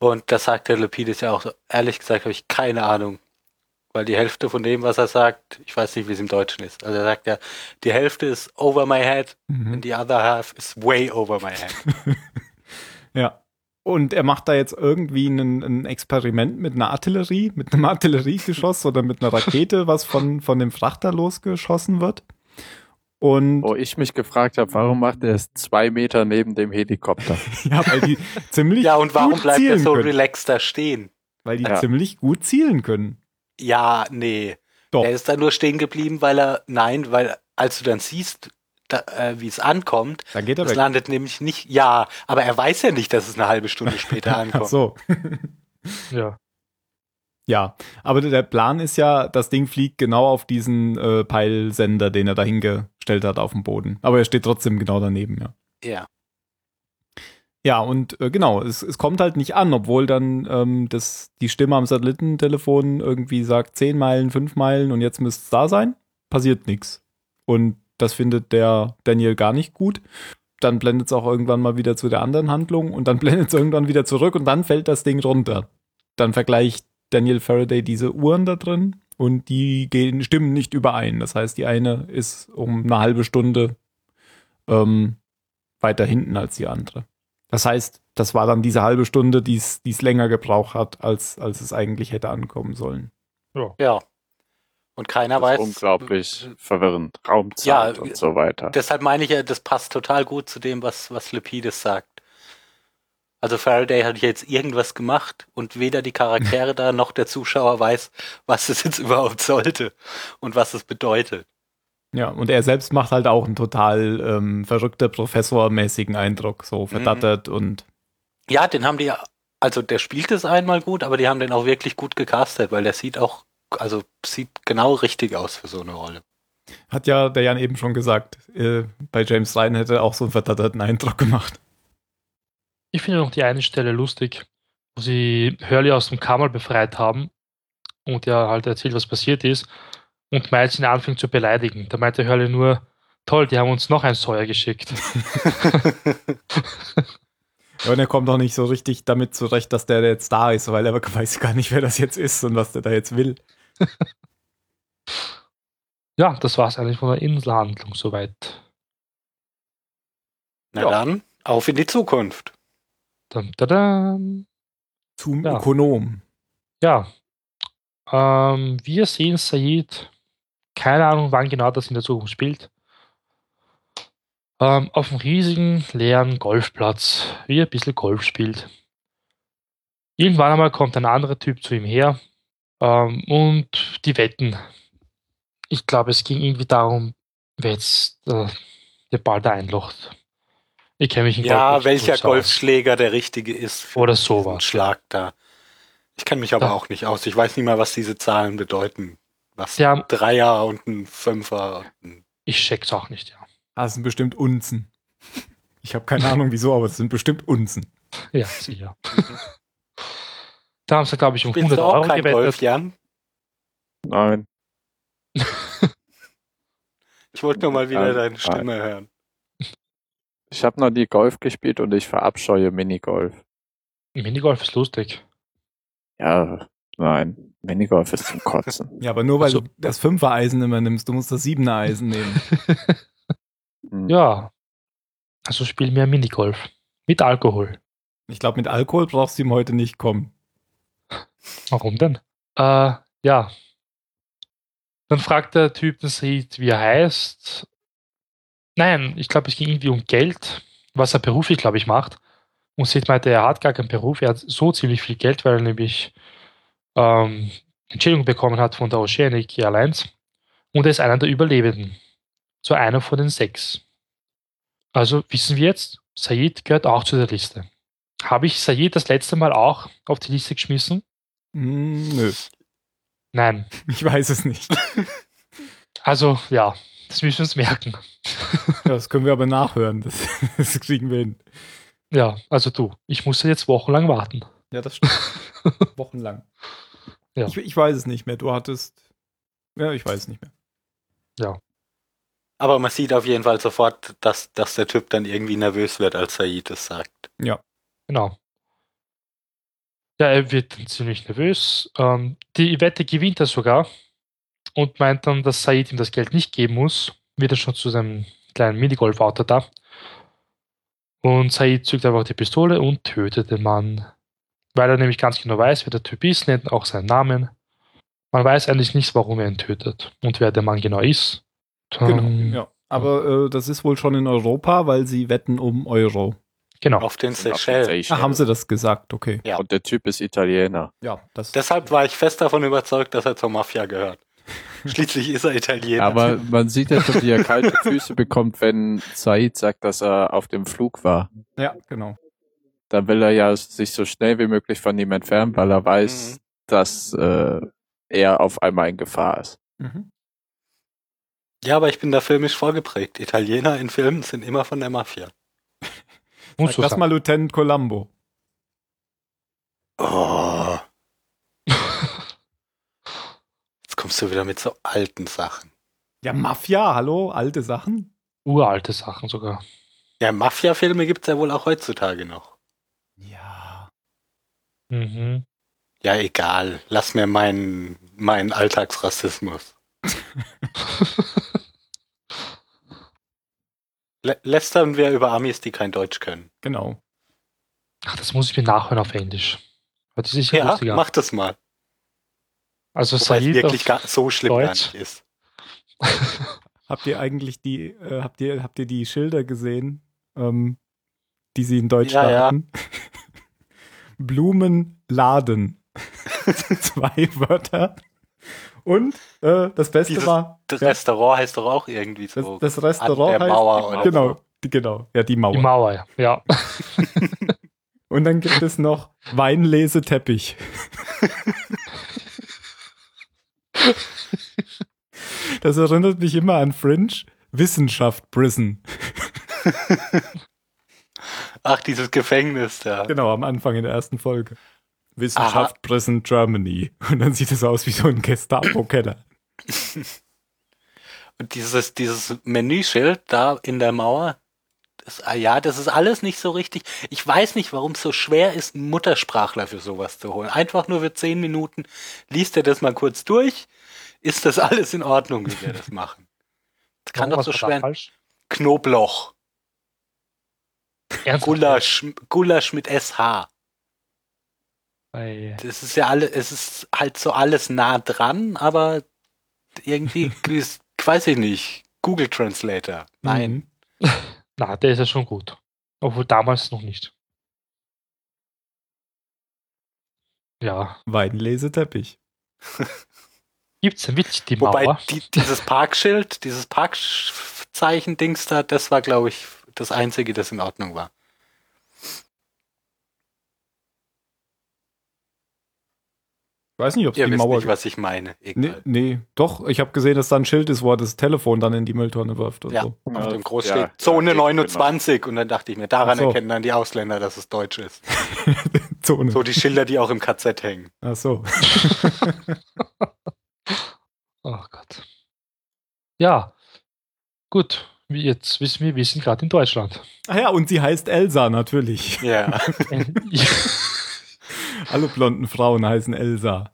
Speaker 1: Und das sagt der Lepidus ja auch so. Ehrlich gesagt habe ich keine Ahnung. Weil die Hälfte von dem, was er sagt, ich weiß nicht, wie es im Deutschen ist. Also er sagt ja, die Hälfte ist over my head
Speaker 2: Mhm.
Speaker 1: and the other half is way over my head.
Speaker 2: Ja. Und er macht da jetzt irgendwie ein, ein Experiment mit einer Artillerie, mit einem Artilleriegeschoss oder mit einer Rakete, was von, von dem Frachter losgeschossen wird. Und
Speaker 1: Oh.
Speaker 3: Wo ich mich gefragt habe, warum macht er es zwei Meter neben dem Helikopter?
Speaker 2: ja, weil die ziemlich
Speaker 1: ja, und warum
Speaker 2: gut
Speaker 1: bleibt er
Speaker 2: zielen
Speaker 1: so
Speaker 2: können.
Speaker 1: relaxed da stehen?
Speaker 2: Weil die
Speaker 3: Ja.
Speaker 2: ziemlich gut zielen können.
Speaker 1: Ja, nee.
Speaker 2: Doch.
Speaker 1: Er ist da nur stehen geblieben, weil er, nein, weil als du dann siehst, da, äh, wie es ankommt,
Speaker 2: Da geht er
Speaker 1: es
Speaker 2: weg.
Speaker 1: landet nämlich nicht, ja, aber er weiß ja nicht, dass es eine halbe Stunde später
Speaker 2: Ach
Speaker 1: ankommt.
Speaker 2: so.
Speaker 4: Ja.
Speaker 2: Ja, aber der Plan ist ja, das Ding fliegt genau auf diesen äh, Peilsender, den er dahingestellt hat auf dem Boden. Aber er steht trotzdem genau daneben, ja.
Speaker 1: Ja.
Speaker 2: Ja, und äh, genau, es, es kommt halt nicht an, obwohl dann ähm, das, die Stimme am Satellitentelefon irgendwie sagt 10 Meilen, 5 Meilen und jetzt müsste es da sein, passiert nichts. Und das findet der Daniel gar nicht gut. Dann blendet es auch irgendwann mal wieder zu der anderen Handlung und dann blendet es irgendwann wieder zurück und dann fällt das Ding runter. Dann vergleicht Daniel Faraday diese Uhren da drin und die gehen, stimmen nicht überein. Das heißt, die eine ist um eine halbe Stunde ähm, weiter hinten als die andere. Das heißt, das war dann diese halbe Stunde, die es länger gebraucht hat, als, als es eigentlich hätte ankommen sollen.
Speaker 1: Ja. Und keiner
Speaker 3: Das
Speaker 1: weiß.
Speaker 3: ist unglaublich verwirrend. Raumzeit
Speaker 1: Ja,
Speaker 3: und so weiter.
Speaker 1: Deshalb meine ich ja, das passt total gut zu dem, was, was Lepides sagt. Also Faraday hat jetzt irgendwas gemacht und weder die Charaktere da noch der Zuschauer weiß, was es jetzt überhaupt sollte und was es bedeutet.
Speaker 2: Ja, und er selbst macht halt auch einen total ähm, verrückter professormäßigen Eindruck, so verdattert und
Speaker 1: Ja, den haben die, also der spielt es einmal gut, aber die haben den auch wirklich gut gecastet, weil der sieht auch, also sieht genau richtig aus für so eine Rolle.
Speaker 2: hat ja der Jan eben schon gesagt, äh, bei James Ryan hätte er auch so einen verdatterten Eindruck gemacht.
Speaker 4: Ich finde noch die eine Stelle lustig, wo sie Hurley aus dem Kammer befreit haben und er halt erzählt, was passiert ist und Miles ihn anfängt zu beleidigen. Da meinte Hurley nur, toll, die haben uns noch ein Sawyer geschickt.
Speaker 2: Ja, und er kommt auch nicht so richtig damit zurecht, dass der jetzt da ist, weil er weiß gar nicht, wer das jetzt ist und was der da jetzt will.
Speaker 4: Ja, das war's eigentlich von der Inselhandlung soweit.
Speaker 1: Na
Speaker 4: Ja.
Speaker 1: dann, auf in die Zukunft.
Speaker 4: Dum, da, dum.
Speaker 2: Zum
Speaker 4: Ja.
Speaker 2: Ökonom.
Speaker 4: Ja. Ähm, wir sehen Said. Keine Ahnung, wann genau das in der Zukunft spielt. Ähm, auf einem riesigen, leeren Golfplatz, wie er ein bisschen Golf spielt. Irgendwann einmal kommt ein anderer Typ zu ihm her ähm, und die wetten. Ich glaube, es ging irgendwie darum, wer jetzt äh, der Ball da einlocht. Ich kenne mich in Golf
Speaker 1: Ja,
Speaker 4: nicht
Speaker 1: welcher
Speaker 4: so aus.
Speaker 1: Golfschläger der richtige ist für
Speaker 4: Oder
Speaker 1: diesen
Speaker 4: sowas.
Speaker 1: Schlag da. Ich kenne mich aber
Speaker 4: Da.
Speaker 1: auch nicht aus. Ich weiß nicht mal, was diese Zahlen bedeuten. Was
Speaker 4: Ja.
Speaker 1: ein Dreier und ein Fünfer. Und ein
Speaker 4: Ich check's auch nicht, ja.
Speaker 2: Ah, es sind bestimmt Unzen. Ich habe keine Ahnung wieso, aber es sind bestimmt Unzen.
Speaker 4: Ja, sicher. da haben sie, glaube ich, um
Speaker 1: Spielst
Speaker 4: 100
Speaker 1: du auch
Speaker 4: Euro
Speaker 1: kein Golf,
Speaker 4: gewettet.
Speaker 1: Jan?
Speaker 3: Nein.
Speaker 1: Ich wollte nur mal wieder
Speaker 3: Nein,
Speaker 1: deine
Speaker 3: nein.
Speaker 1: Stimme hören.
Speaker 3: Ich habe noch nie Golf gespielt und ich verabscheue Minigolf.
Speaker 4: Minigolf ist lustig.
Speaker 3: Ja, nein. Minigolf ist zum Kotzen.
Speaker 2: Ja, aber nur weil
Speaker 4: Ach so.
Speaker 2: du das Fünfer-Eisen immer nimmst, du musst das Siebener-Eisen nehmen.
Speaker 3: Hm.
Speaker 4: Ja. Also spiel mehr Minigolf. Mit Alkohol.
Speaker 2: Ich glaube, mit Alkohol brauchst du ihm heute nicht kommen.
Speaker 4: Warum denn? Äh, ja. Dann fragt der Typ den Said, wie er heißt. Nein, ich glaube, es ging irgendwie um Geld, was er beruflich, glaube ich, macht. Und Said meinte, er hat gar keinen Beruf, er hat so ziemlich viel Geld, weil er nämlich ähm, Entschädigung bekommen hat von der Oceanic Airlines. Und er ist einer der Überlebenden. So einer von den sechs. Also wissen wir jetzt, Said gehört auch zu der Liste. Habe ich Said das letzte Mal auch auf die Liste geschmissen?
Speaker 2: Hm, nö,
Speaker 4: Nein.
Speaker 2: ich weiß es nicht.
Speaker 4: Also, ja, das müssen wir uns merken.
Speaker 2: Ja, Das können wir aber nachhören. Das, das kriegen wir hin.
Speaker 4: Ja, also du, ich musste jetzt wochenlang warten.
Speaker 2: Ja, das stimmt. Wochenlang.
Speaker 4: Ja.
Speaker 2: Ich, ich weiß es nicht mehr. Du hattest. Ja, ich weiß es nicht mehr.
Speaker 1: Aber man sieht auf jeden Fall sofort, dass, dass der Typ dann irgendwie nervös wird, als Said es sagt.
Speaker 4: Genau. Ja, er wird dann ziemlich nervös. Ähm, die Wette gewinnt er sogar und meint dann, dass Said ihm das Geld nicht geben muss. Wird er schon zu seinem kleinen Minigolf-Auto da. Und Said zückt einfach die Pistole und tötet den Mann. Weil er nämlich ganz genau weiß, wer der Typ ist, nennt auch seinen Namen. Man weiß eigentlich nicht, warum er ihn tötet und wer der Mann genau ist. Ähm,
Speaker 2: Genau. Ja. Aber äh, das ist wohl schon in Europa, weil sie wetten um Euro.
Speaker 4: genau.
Speaker 1: Auf den
Speaker 3: Und auf
Speaker 1: Seychellen.
Speaker 3: Seychellen.
Speaker 2: Ah, haben sie das gesagt? Okay.
Speaker 1: Ja.
Speaker 3: Und der Typ ist Italiener.
Speaker 2: Ja, das.
Speaker 1: Deshalb war ich fest davon überzeugt, dass er zur Mafia gehört. Schließlich ist er Italiener.
Speaker 3: Aber man sieht ja schon, wie er kalte Füße bekommt, wenn Said sagt, dass er auf dem Flug war.
Speaker 2: ja, genau.
Speaker 3: Dann will er ja sich so schnell wie möglich von ihm entfernen, weil er weiß,
Speaker 1: Mhm.
Speaker 3: dass äh, er auf einmal in Gefahr ist.
Speaker 2: Mhm.
Speaker 1: ja, aber ich bin da filmisch vorgeprägt. Italiener in Filmen sind immer von der Mafia.
Speaker 4: Und
Speaker 2: Sag das mal Lieutenant Columbo.
Speaker 1: Oh. Jetzt kommst du wieder mit so alten Sachen.
Speaker 2: Ja, Mafia, hallo, alte Sachen.
Speaker 4: uralte Sachen sogar.
Speaker 1: Ja, Mafia-Filme gibt's ja wohl auch heutzutage noch.
Speaker 2: Ja.
Speaker 4: Mhm.
Speaker 1: Ja, egal. Lass mir meinen, meinen Alltagsrassismus. Lä- Lästern wir über Amis, die kein Deutsch können.
Speaker 2: Genau.
Speaker 4: Ach, das muss ich mir nachhören auf Englisch. Aber das ist ja,
Speaker 1: Ja,
Speaker 4: lustiger.
Speaker 1: mach das mal.
Speaker 4: also
Speaker 1: Wobei es
Speaker 4: Said
Speaker 1: wirklich
Speaker 4: auf-
Speaker 1: gar, so schlimm gar
Speaker 4: Deutsch?
Speaker 1: nicht ist.
Speaker 2: Habt ihr eigentlich die, äh, habt ihr, habt ihr die Schilder gesehen, ähm, die sie in Deutschland
Speaker 1: Ja, ja.
Speaker 2: hatten? Blumenladen. Zwei Wörter. Und äh, das Beste
Speaker 1: Dieses-
Speaker 2: war,
Speaker 1: Das
Speaker 2: Ja.
Speaker 1: Restaurant heißt doch auch irgendwie
Speaker 2: das,
Speaker 1: so.
Speaker 2: das
Speaker 1: an
Speaker 2: Restaurant
Speaker 1: der
Speaker 2: heißt,
Speaker 1: Mauer oder
Speaker 2: genau, die, genau, ja, die Mauer.
Speaker 4: die Mauer, ja. ja.
Speaker 2: Und dann gibt es noch Weinleseteppich. Das erinnert mich immer an Fringe. Wissenschaft Prison.
Speaker 1: so. Ach, dieses Gefängnis da.
Speaker 2: Genau, am Anfang in der ersten Folge. Wissenschaft Prison Germany. Und dann sieht es aus wie so ein Gestapo-Keller.
Speaker 1: Und dieses, dieses Menüschild da in der Mauer, das, ah ja, das ist alles nicht so richtig. Ich weiß nicht, warum es so schwer ist, einen Muttersprachler für sowas zu holen. Einfach nur für zehn Minuten liest er das mal kurz durch, Ist das alles in Ordnung, wie wir das machen? Das kann
Speaker 4: Oh,
Speaker 1: doch
Speaker 4: was
Speaker 1: so
Speaker 4: war da
Speaker 1: schwer.
Speaker 4: falsch?
Speaker 1: Knoblauch.
Speaker 4: Ernsthaft?
Speaker 1: Gulasch, Gulasch mit SH.
Speaker 4: Ei.
Speaker 1: Das ist ja alle, es ist halt so alles nah dran, aber irgendwie ist, weiß ich nicht. Google Translator. Nein.
Speaker 2: Mhm.
Speaker 4: Na, der ist ja schon gut. Obwohl damals noch nicht. Ja.
Speaker 2: Weidenleseteppich.
Speaker 4: Gibt's denn wirklich die Mauer?
Speaker 1: Wobei die, dieses Parkschild, dieses Parkzeichen-Dings da, das war, glaube ich, das Einzige, das in Ordnung war.
Speaker 2: Ich weiß nicht, ob
Speaker 1: Ihr
Speaker 2: die
Speaker 1: wisst
Speaker 2: Mauer.
Speaker 1: nicht, was ich meine.
Speaker 2: nee,
Speaker 1: Egal.
Speaker 2: nee, doch. Ich habe gesehen, dass da ein Schild ist, wo er das Telefon dann in die Mülltonne wirft. Und
Speaker 1: Ja.
Speaker 2: so.
Speaker 1: Auf dem Groß
Speaker 3: Ja,
Speaker 1: steht Zone
Speaker 3: ja, genau.
Speaker 1: 29 und dann dachte ich mir, daran
Speaker 2: Ach so.
Speaker 1: erkennen dann die Ausländer, dass es deutsch ist.
Speaker 2: Zone.
Speaker 1: So die Schilder, die auch im KZ hängen.
Speaker 2: Ach so.
Speaker 4: Oh Gott. Ja. Gut. Wie- Jetzt wissen wir, wir sind gerade in Deutschland.
Speaker 2: Ach Ah ja, und sie heißt Elsa natürlich.
Speaker 1: Ja.
Speaker 4: Äh, ja,
Speaker 2: Alle blonden Frauen heißen Elsa.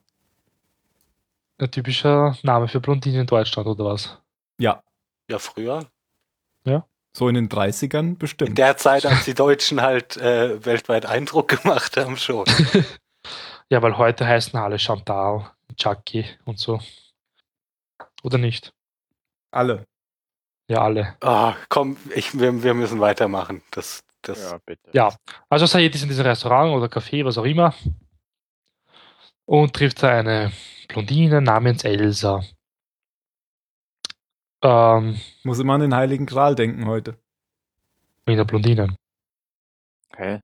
Speaker 4: Ein typischer Name für Blondinen in Deutschland, oder was?
Speaker 2: Ja,
Speaker 1: ja, früher.
Speaker 2: so in den 30ern
Speaker 1: In
Speaker 2: bestimmt.
Speaker 1: der Zeit, als die Deutschen halt äh, weltweit Eindruck gemacht haben, schon.
Speaker 4: Ja, weil heute heißen alle Chantal, Chucky und so. Oder nicht?
Speaker 2: Alle.
Speaker 4: Ja, alle.
Speaker 1: Ah, komm, ich, wir, wir müssen weitermachen. Das, das,
Speaker 3: Ja, bitte.
Speaker 4: Ja. Also Said ist in diesem Restaurant oder Café, was auch immer. Und trifft da eine Blondine namens Elsa. Ähm,
Speaker 2: Muss immer an den Heiligen Gral denken heute.
Speaker 4: wegen der Blondine.
Speaker 3: Hä?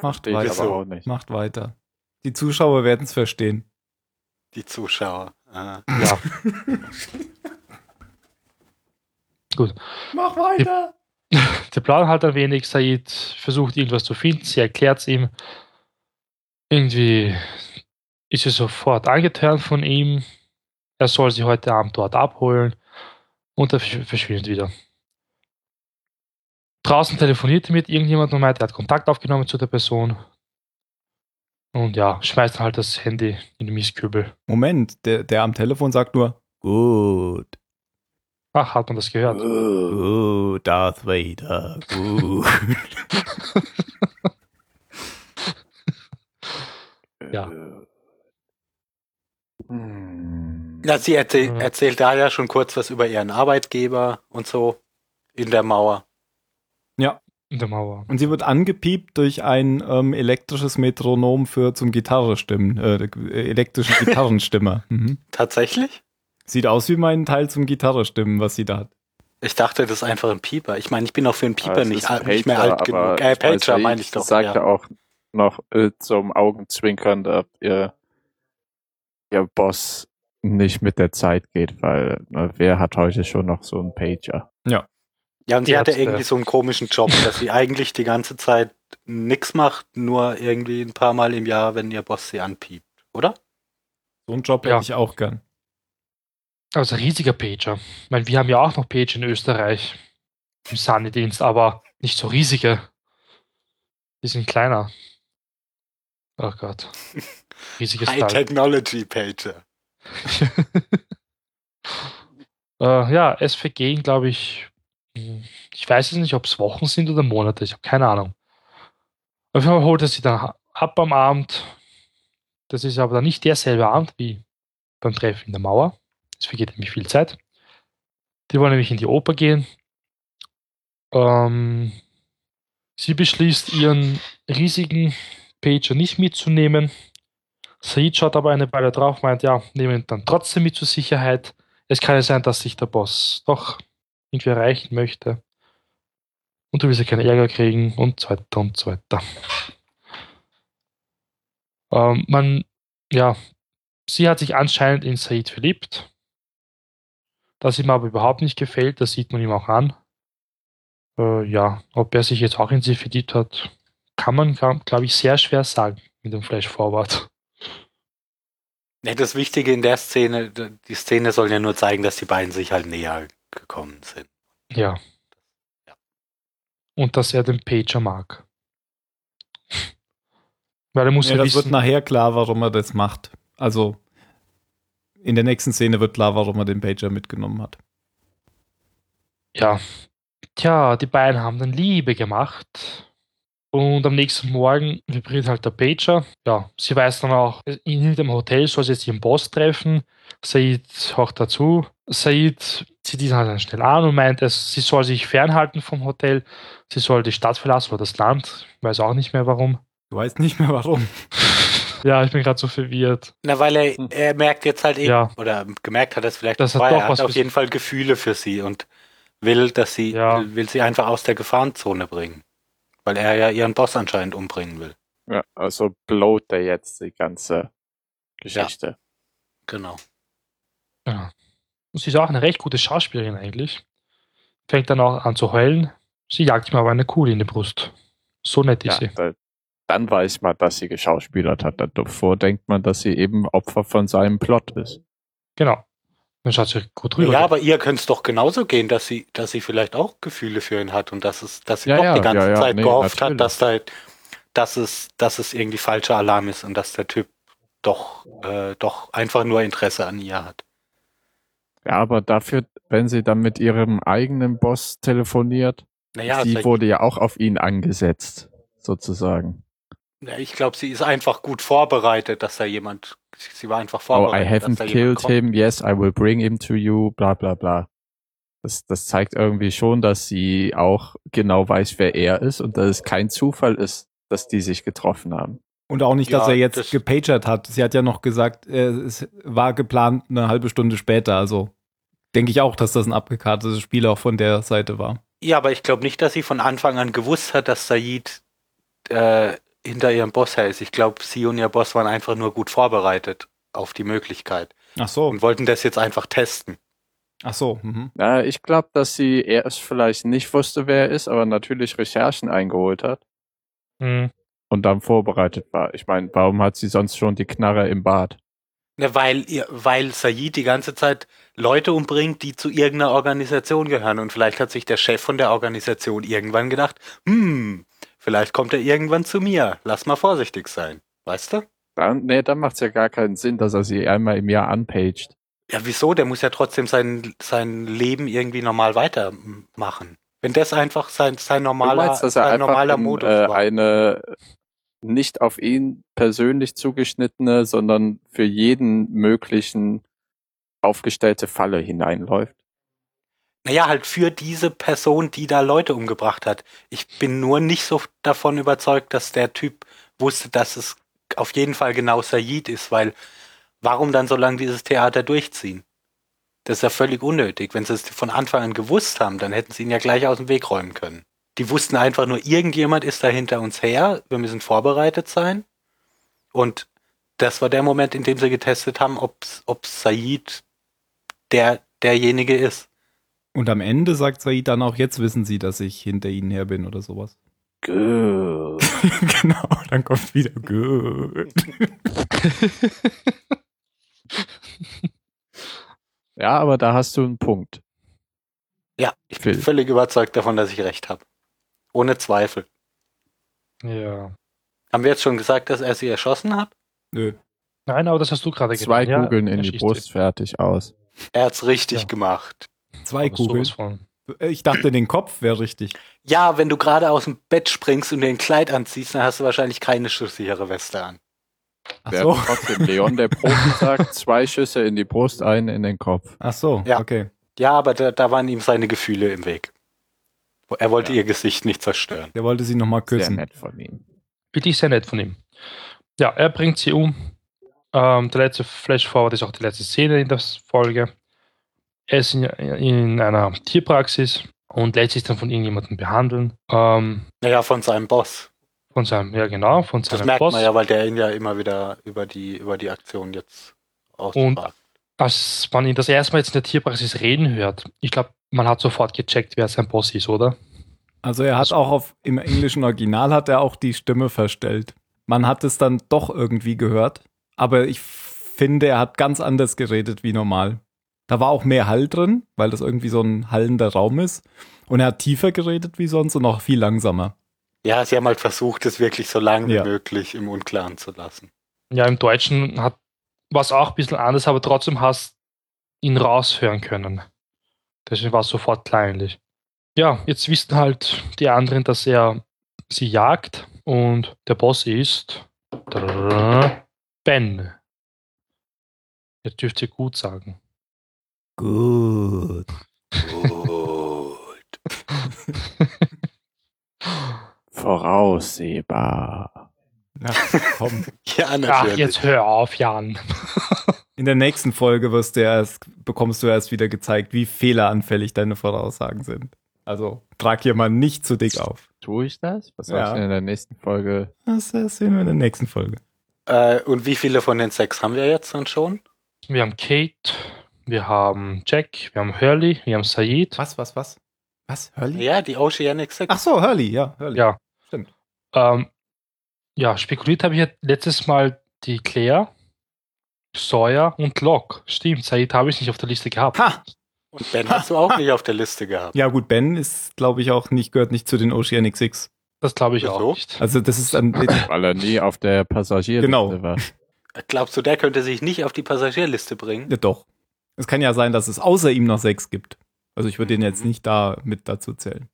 Speaker 2: Macht
Speaker 3: Steht aber
Speaker 2: weiter.
Speaker 1: so.
Speaker 3: auch nicht.
Speaker 2: Macht weiter. Die Zuschauer werden es verstehen.
Speaker 1: die Zuschauer. Ah.
Speaker 4: Ja.
Speaker 2: Mach weiter!
Speaker 4: Der Plan halt ein wenig, Said versucht irgendwas zu finden, sie erklärt es ihm. Irgendwie ist sie sofort angetan von ihm. Er soll sie heute Abend dort abholen und er versch- verschwindet wieder. Draußen telefoniert er mit irgendjemandem und meint, er hat Kontakt aufgenommen zu der Person. Und ja, schmeißt dann halt das Handy in den Mistkübel.
Speaker 2: Moment, der, der am Telefon sagt nur, gut,
Speaker 4: Ach, hat man das gehört?
Speaker 2: gut, Darth Vader, gut.
Speaker 3: Äh,
Speaker 4: Ja.
Speaker 3: Hm.
Speaker 1: Na, sie erzähl,
Speaker 4: Mhm.
Speaker 1: erzählt da ja schon kurz was über ihren Arbeitgeber und so in der Mauer.
Speaker 4: In der Mauer.
Speaker 2: Und sie wird angepiept durch ein ähm, elektrisches Metronom für zum Gitarre stimmen, äh, elektrische Gitarrenstimme. mhm.
Speaker 1: Tatsächlich?
Speaker 2: Sieht aus wie mein Teil zum Gitarre stimmen, was sie da hat.
Speaker 1: Ich dachte, das ist einfach ein Pieper. Ich meine, ich bin auch für einen Pieper
Speaker 3: Ah, es
Speaker 1: nicht,
Speaker 3: ist
Speaker 1: al- nicht mehr
Speaker 3: Pager,
Speaker 1: alt genug.
Speaker 3: aber
Speaker 1: Äh,
Speaker 3: ich weiß
Speaker 1: Pager
Speaker 3: nicht,
Speaker 1: meine ich doch.
Speaker 3: Sagt
Speaker 1: Ja.
Speaker 3: er auch noch äh, zum Augenzwinkern, dass ihr, ihr Boss nicht mit der Zeit geht, weil äh, wer hat heute schon noch so einen Pager?
Speaker 1: ja, und sie
Speaker 4: Ja,
Speaker 1: hatte
Speaker 4: das,
Speaker 1: irgendwie
Speaker 4: äh,
Speaker 1: so einen komischen Job, dass sie eigentlich die ganze Zeit nichts macht, nur irgendwie ein paar Mal im Jahr, wenn ihr Boss sie anpiept, oder?
Speaker 2: So einen Job
Speaker 4: Ja.
Speaker 2: hätte ich auch gern.
Speaker 4: Also riesiger Pager. Ich meine, wir haben ja auch noch Pager in Österreich im Sanidienst, aber nicht so riesige. Die sind kleiner. Oh Gott. Riesiges
Speaker 1: High
Speaker 4: Teil.
Speaker 1: Technology Pager.
Speaker 4: Äh, ja, es vergehen, glaube ich, mh, ich weiß jetzt nicht, ob es Wochen sind oder Monate, ich habe keine Ahnung. Auf jeden Fall holt er sie dann ha- ab am Abend. Das ist aber dann nicht derselbe Abend wie beim Treffen in der Mauer. Es vergeht nämlich viel Zeit. Die wollen nämlich in die Oper gehen. Ähm, sie beschließt, ihren riesigen Pager nicht mitzunehmen. Said schaut aber eine Weile drauf, meint, ja, nehmen ihn dann trotzdem mit zur Sicherheit. Es kann ja sein, dass sich der Boss doch irgendwie erreichen möchte. Und du willst ja keinen Ärger kriegen und so weiter und so weiter. Ähm, man, ja, sie hat sich anscheinend in Said verliebt. Das ihm aber überhaupt nicht gefällt, das sieht man ihm auch an. Äh, ja, ob er sich jetzt auch in sie verliebt hat, kann man, glaube ich, sehr schwer sagen mit dem Flash Forward.
Speaker 1: Ja, das Wichtige in der Szene, d- die Szene soll ja nur zeigen, dass die beiden sich halt näher gekommen sind.
Speaker 4: Ja. Und dass er den Pager mag. Weil er muss
Speaker 2: Ja,
Speaker 4: ja,
Speaker 2: das wird
Speaker 4: wissen,
Speaker 2: nachher klar, warum er das macht. Also in der nächsten Szene wird klar, warum er den Pager mitgenommen hat.
Speaker 4: Ja. Tja, die beiden haben dann Liebe gemacht. Und am nächsten Morgen vibriert halt der Pager. Ja, sie weiß dann auch, in dem Hotel soll sie jetzt ihren Boss treffen. Said haucht dazu. Said zieht ihn halt dann schnell an und meint, es, sie soll sich fernhalten vom Hotel. Sie soll die Stadt verlassen oder das Land. Ich weiß auch nicht mehr warum.
Speaker 2: Du weißt nicht mehr warum.
Speaker 4: Ja, ich bin gerade so verwirrt.
Speaker 1: Na, weil
Speaker 3: Hm.
Speaker 1: er, er merkt jetzt halt eben,
Speaker 4: Ja.
Speaker 1: oder gemerkt hat es vielleicht,
Speaker 4: Das hat
Speaker 1: vorher,
Speaker 4: doch
Speaker 1: er
Speaker 4: was
Speaker 1: hat auf
Speaker 4: bis-
Speaker 1: jeden Fall Gefühle für sie und will, dass sie,
Speaker 4: Ja.
Speaker 1: will, will sie einfach aus der Gefahrenzone bringen. Weil er ja ihren Boss anscheinend umbringen will.
Speaker 3: Ja, also blowt er jetzt die ganze Geschichte.
Speaker 1: Genau.
Speaker 4: Ja. Und sie ist auch eine recht gute Schauspielerin eigentlich. Fängt dann auch an zu heulen. Sie jagt ihm aber eine Kugel in die Brust. So nett ist
Speaker 3: Ja,
Speaker 4: sie.
Speaker 3: da, dann weiß man, dass sie geschauspielert hat. Davor denkt man, dass sie eben Opfer von seinem Plot ist.
Speaker 4: Genau. Dann schaut sie gut rüber.
Speaker 1: Ja, aber ihr könnte es doch genauso gehen, dass sie, dass sie vielleicht auch Gefühle für ihn hat und dass es, dass sie
Speaker 3: Ja,
Speaker 1: doch
Speaker 3: ja,
Speaker 1: die ganze
Speaker 3: ja, ja,
Speaker 1: Zeit
Speaker 3: nee,
Speaker 1: gehofft
Speaker 3: natürlich.
Speaker 1: hat, dass da, halt, dass es, dass es irgendwie falscher Alarm ist und dass der Typ doch, äh, doch einfach nur Interesse an ihr hat.
Speaker 3: Ja, aber dafür, wenn sie dann mit ihrem eigenen Boss telefoniert,
Speaker 1: Naja,
Speaker 3: sie
Speaker 1: vielleicht-
Speaker 3: wurde ja auch auf ihn angesetzt, sozusagen.
Speaker 1: Ja, ich glaube, sie ist einfach gut vorbereitet, dass da jemand, sie sie war einfach
Speaker 3: Oh, I
Speaker 1: vorbereitet. dass
Speaker 3: haven't
Speaker 1: da jemand
Speaker 3: killed
Speaker 1: kommt.
Speaker 3: him, yes, I will bring him to you, bla bla bla. Das, das zeigt irgendwie schon, dass sie auch genau weiß, wer er ist und dass es kein Zufall ist, dass die sich getroffen haben.
Speaker 2: Und auch nicht, dass
Speaker 1: Ja,
Speaker 2: er
Speaker 1: das-
Speaker 2: jetzt gepagert hat. Sie hat ja noch gesagt, äh, es war geplant eine halbe Stunde später. Also denke ich auch, dass das ein abgekartetes Spiel auch von der Seite war.
Speaker 1: Ja, aber ich glaube nicht, dass sie von Anfang an gewusst hat, dass Said äh, hinter ihrem Boss her ist. Ich glaube, sie und ihr Boss waren einfach nur gut vorbereitet auf die Möglichkeit
Speaker 2: Ach so,
Speaker 1: und wollten das jetzt einfach testen.
Speaker 2: ach so. Mhm.
Speaker 3: Na, ich glaube, dass sie erst vielleicht nicht wusste, wer er ist, aber natürlich Recherchen eingeholt hat
Speaker 4: Mhm.
Speaker 3: und dann vorbereitet war. Ich meine, warum hat sie sonst schon die Knarre im Bad?
Speaker 1: Ne, weil, ihr, weil Said die ganze Zeit Leute umbringt, die zu irgendeiner Organisation gehören. Und vielleicht hat sich der Chef von der Organisation irgendwann gedacht, hm, vielleicht kommt er irgendwann zu mir. Lass mal vorsichtig sein. Weißt du?
Speaker 3: Dann, nee, dann macht's ja gar keinen Sinn, dass er sie einmal im Jahr anpaged.
Speaker 1: Ja, wieso? Der muss ja trotzdem sein, sein Leben irgendwie normal weitermachen. Wenn das einfach sein, sein
Speaker 3: Du
Speaker 1: normaler,
Speaker 3: meinst, dass er
Speaker 1: sein
Speaker 3: einfach
Speaker 1: normaler
Speaker 3: im,
Speaker 1: Modus
Speaker 3: äh,
Speaker 1: war.
Speaker 3: eine nicht auf ihn persönlich zugeschnittene, sondern für jeden möglichen aufgestellte Falle hineinläuft.
Speaker 1: naja, halt für diese Person, die da Leute umgebracht hat. Ich bin nur nicht so davon überzeugt, dass der Typ wusste, dass es auf jeden Fall genau Said ist, weil warum dann so lange dieses Theater durchziehen? Das ist ja völlig unnötig. Wenn sie es von Anfang an gewusst haben, dann hätten sie ihn ja gleich aus dem Weg räumen können. Die wussten einfach nur, irgendjemand ist da hinter uns her, wir müssen vorbereitet sein. Und das war der Moment, in dem sie getestet haben, ob, ob Said der, derjenige ist.
Speaker 2: Und am Ende sagt Said dann auch, jetzt wissen sie, dass ich hinter ihnen her bin oder sowas. genau, dann kommt wieder Good.
Speaker 3: Ja, aber da hast du einen Punkt.
Speaker 1: Ja, ich bin
Speaker 3: Phil.
Speaker 1: völlig überzeugt davon, dass ich recht habe. Ohne Zweifel.
Speaker 4: Ja.
Speaker 1: Haben wir jetzt schon gesagt, dass er sie erschossen hat?
Speaker 2: Nö.
Speaker 4: Nein, aber das hast du gerade
Speaker 3: Zwei
Speaker 4: getan. Ja,
Speaker 3: Kugeln
Speaker 4: er
Speaker 3: in die
Speaker 4: schießt
Speaker 3: Brust, fertig, aus.
Speaker 1: Er hat's richtig
Speaker 4: Ja.
Speaker 1: gemacht.
Speaker 2: Zwei
Speaker 4: Aber sowas
Speaker 2: Kugeln. Äh,
Speaker 4: von.
Speaker 2: Ich dachte, den Kopf wäre richtig.
Speaker 1: Ja, wenn du gerade aus dem Bett springst und dir ein Kleid anziehst, dann hast du wahrscheinlich keine schusssichere Weste an.
Speaker 2: Ach
Speaker 3: Wer
Speaker 2: so.
Speaker 3: Trotzdem, Leon, der Profi sagt, zwei Schüsse in die Brust, einen in den Kopf.
Speaker 2: Ach so,
Speaker 1: Ja.
Speaker 2: okay.
Speaker 1: Ja, aber da, da waren ihm seine Gefühle im Weg. Er wollte
Speaker 3: Ja.
Speaker 1: ihr Gesicht nicht zerstören.
Speaker 2: Der wollte sie nochmal
Speaker 3: Sehr
Speaker 2: küssen.
Speaker 3: nett von ihm.
Speaker 4: Wirklich sehr nett von ihm. Ja, er bringt sie um. Ähm, der letzte Flash-Forward ist auch die letzte Szene in der Folge. Er ist in, in einer Tierpraxis und lässt sich dann von irgendjemandem behandeln. Ähm,
Speaker 1: Naja, von seinem Boss.
Speaker 4: von seinem, ja genau, von
Speaker 1: Das
Speaker 4: seinem
Speaker 1: merkt
Speaker 4: Boss.
Speaker 1: man ja, weil der ihn ja immer wieder über die, über die Aktion jetzt ausfragt.
Speaker 4: Als man ihn das erste Mal jetzt in der Tierpraxis reden hört, ich glaube, man hat sofort gecheckt, wer sein Boss ist, oder?
Speaker 2: Also er hat auch auf, im englischen Original hat er auch die Stimme verstellt. Man hat es dann doch irgendwie gehört, aber ich finde, er hat ganz anders geredet wie normal. Da war auch mehr Hall drin, weil das irgendwie so ein hallender Raum ist. Und er hat tiefer geredet wie sonst und auch viel langsamer.
Speaker 1: Ja, sie haben halt versucht, es wirklich so lange
Speaker 2: Ja.
Speaker 1: wie möglich im Unklaren zu lassen.
Speaker 4: Ja, im Deutschen hat was auch ein bisschen anders, aber trotzdem hast ihn raushören können. Deswegen war es sofort kleinlich. Ja, jetzt wissen halt die anderen, dass er sie jagt und der Boss ist Ben. Jetzt dürft ihr gut sagen.
Speaker 2: Gut.
Speaker 1: Gut.
Speaker 3: Voraussehbar.
Speaker 2: Na, komm.
Speaker 1: ja,
Speaker 4: Ach,
Speaker 1: natürlich.
Speaker 4: jetzt hör auf, Jan.
Speaker 2: In der nächsten Folge wirst du erst, bekommst du erst wieder gezeigt, wie fehleranfällig deine Voraussagen sind. Also trag hier mal nicht zu dick auf.
Speaker 3: Tue ich das? Was
Speaker 2: Ja.
Speaker 3: ja. ich denn in der nächsten Folge?
Speaker 2: Das das sehen wir in der nächsten Folge.
Speaker 1: Äh, und wie viele von den sechs haben wir jetzt dann schon?
Speaker 4: Wir haben Kate, wir haben Jack, wir haben Hurley, wir haben Said.
Speaker 2: Was, was, was? Was? Hurley?
Speaker 1: Ja, die Oceanic Six.
Speaker 2: Mhm. Ach so, Hurley, ja, Hurley.
Speaker 4: Ja.
Speaker 2: Stimmt.
Speaker 4: Ähm, ja, spekuliert habe ich ja letztes Mal die Claire, Sawyer und Locke. Stimmt, Said habe ich nicht auf der Liste gehabt.
Speaker 2: Ha!
Speaker 1: Und Ben hast du auch nicht auf der Liste gehabt.
Speaker 2: Ja, gut, Ben ist, glaube ich, auch nicht, gehört nicht zu den Oceanic Six.
Speaker 4: Das glaube ich
Speaker 1: Wieso?
Speaker 4: auch nicht.
Speaker 2: Also, das ist an,
Speaker 3: Weil er nie auf der Passagierliste
Speaker 2: Genau.
Speaker 3: war.
Speaker 1: Glaubst du, der könnte sich nicht auf die Passagierliste bringen?
Speaker 2: Ja, doch. Es kann ja sein, dass es außer ihm noch sechs gibt. Also ich würde den jetzt
Speaker 1: Mhm.
Speaker 2: nicht da mit dazu zählen.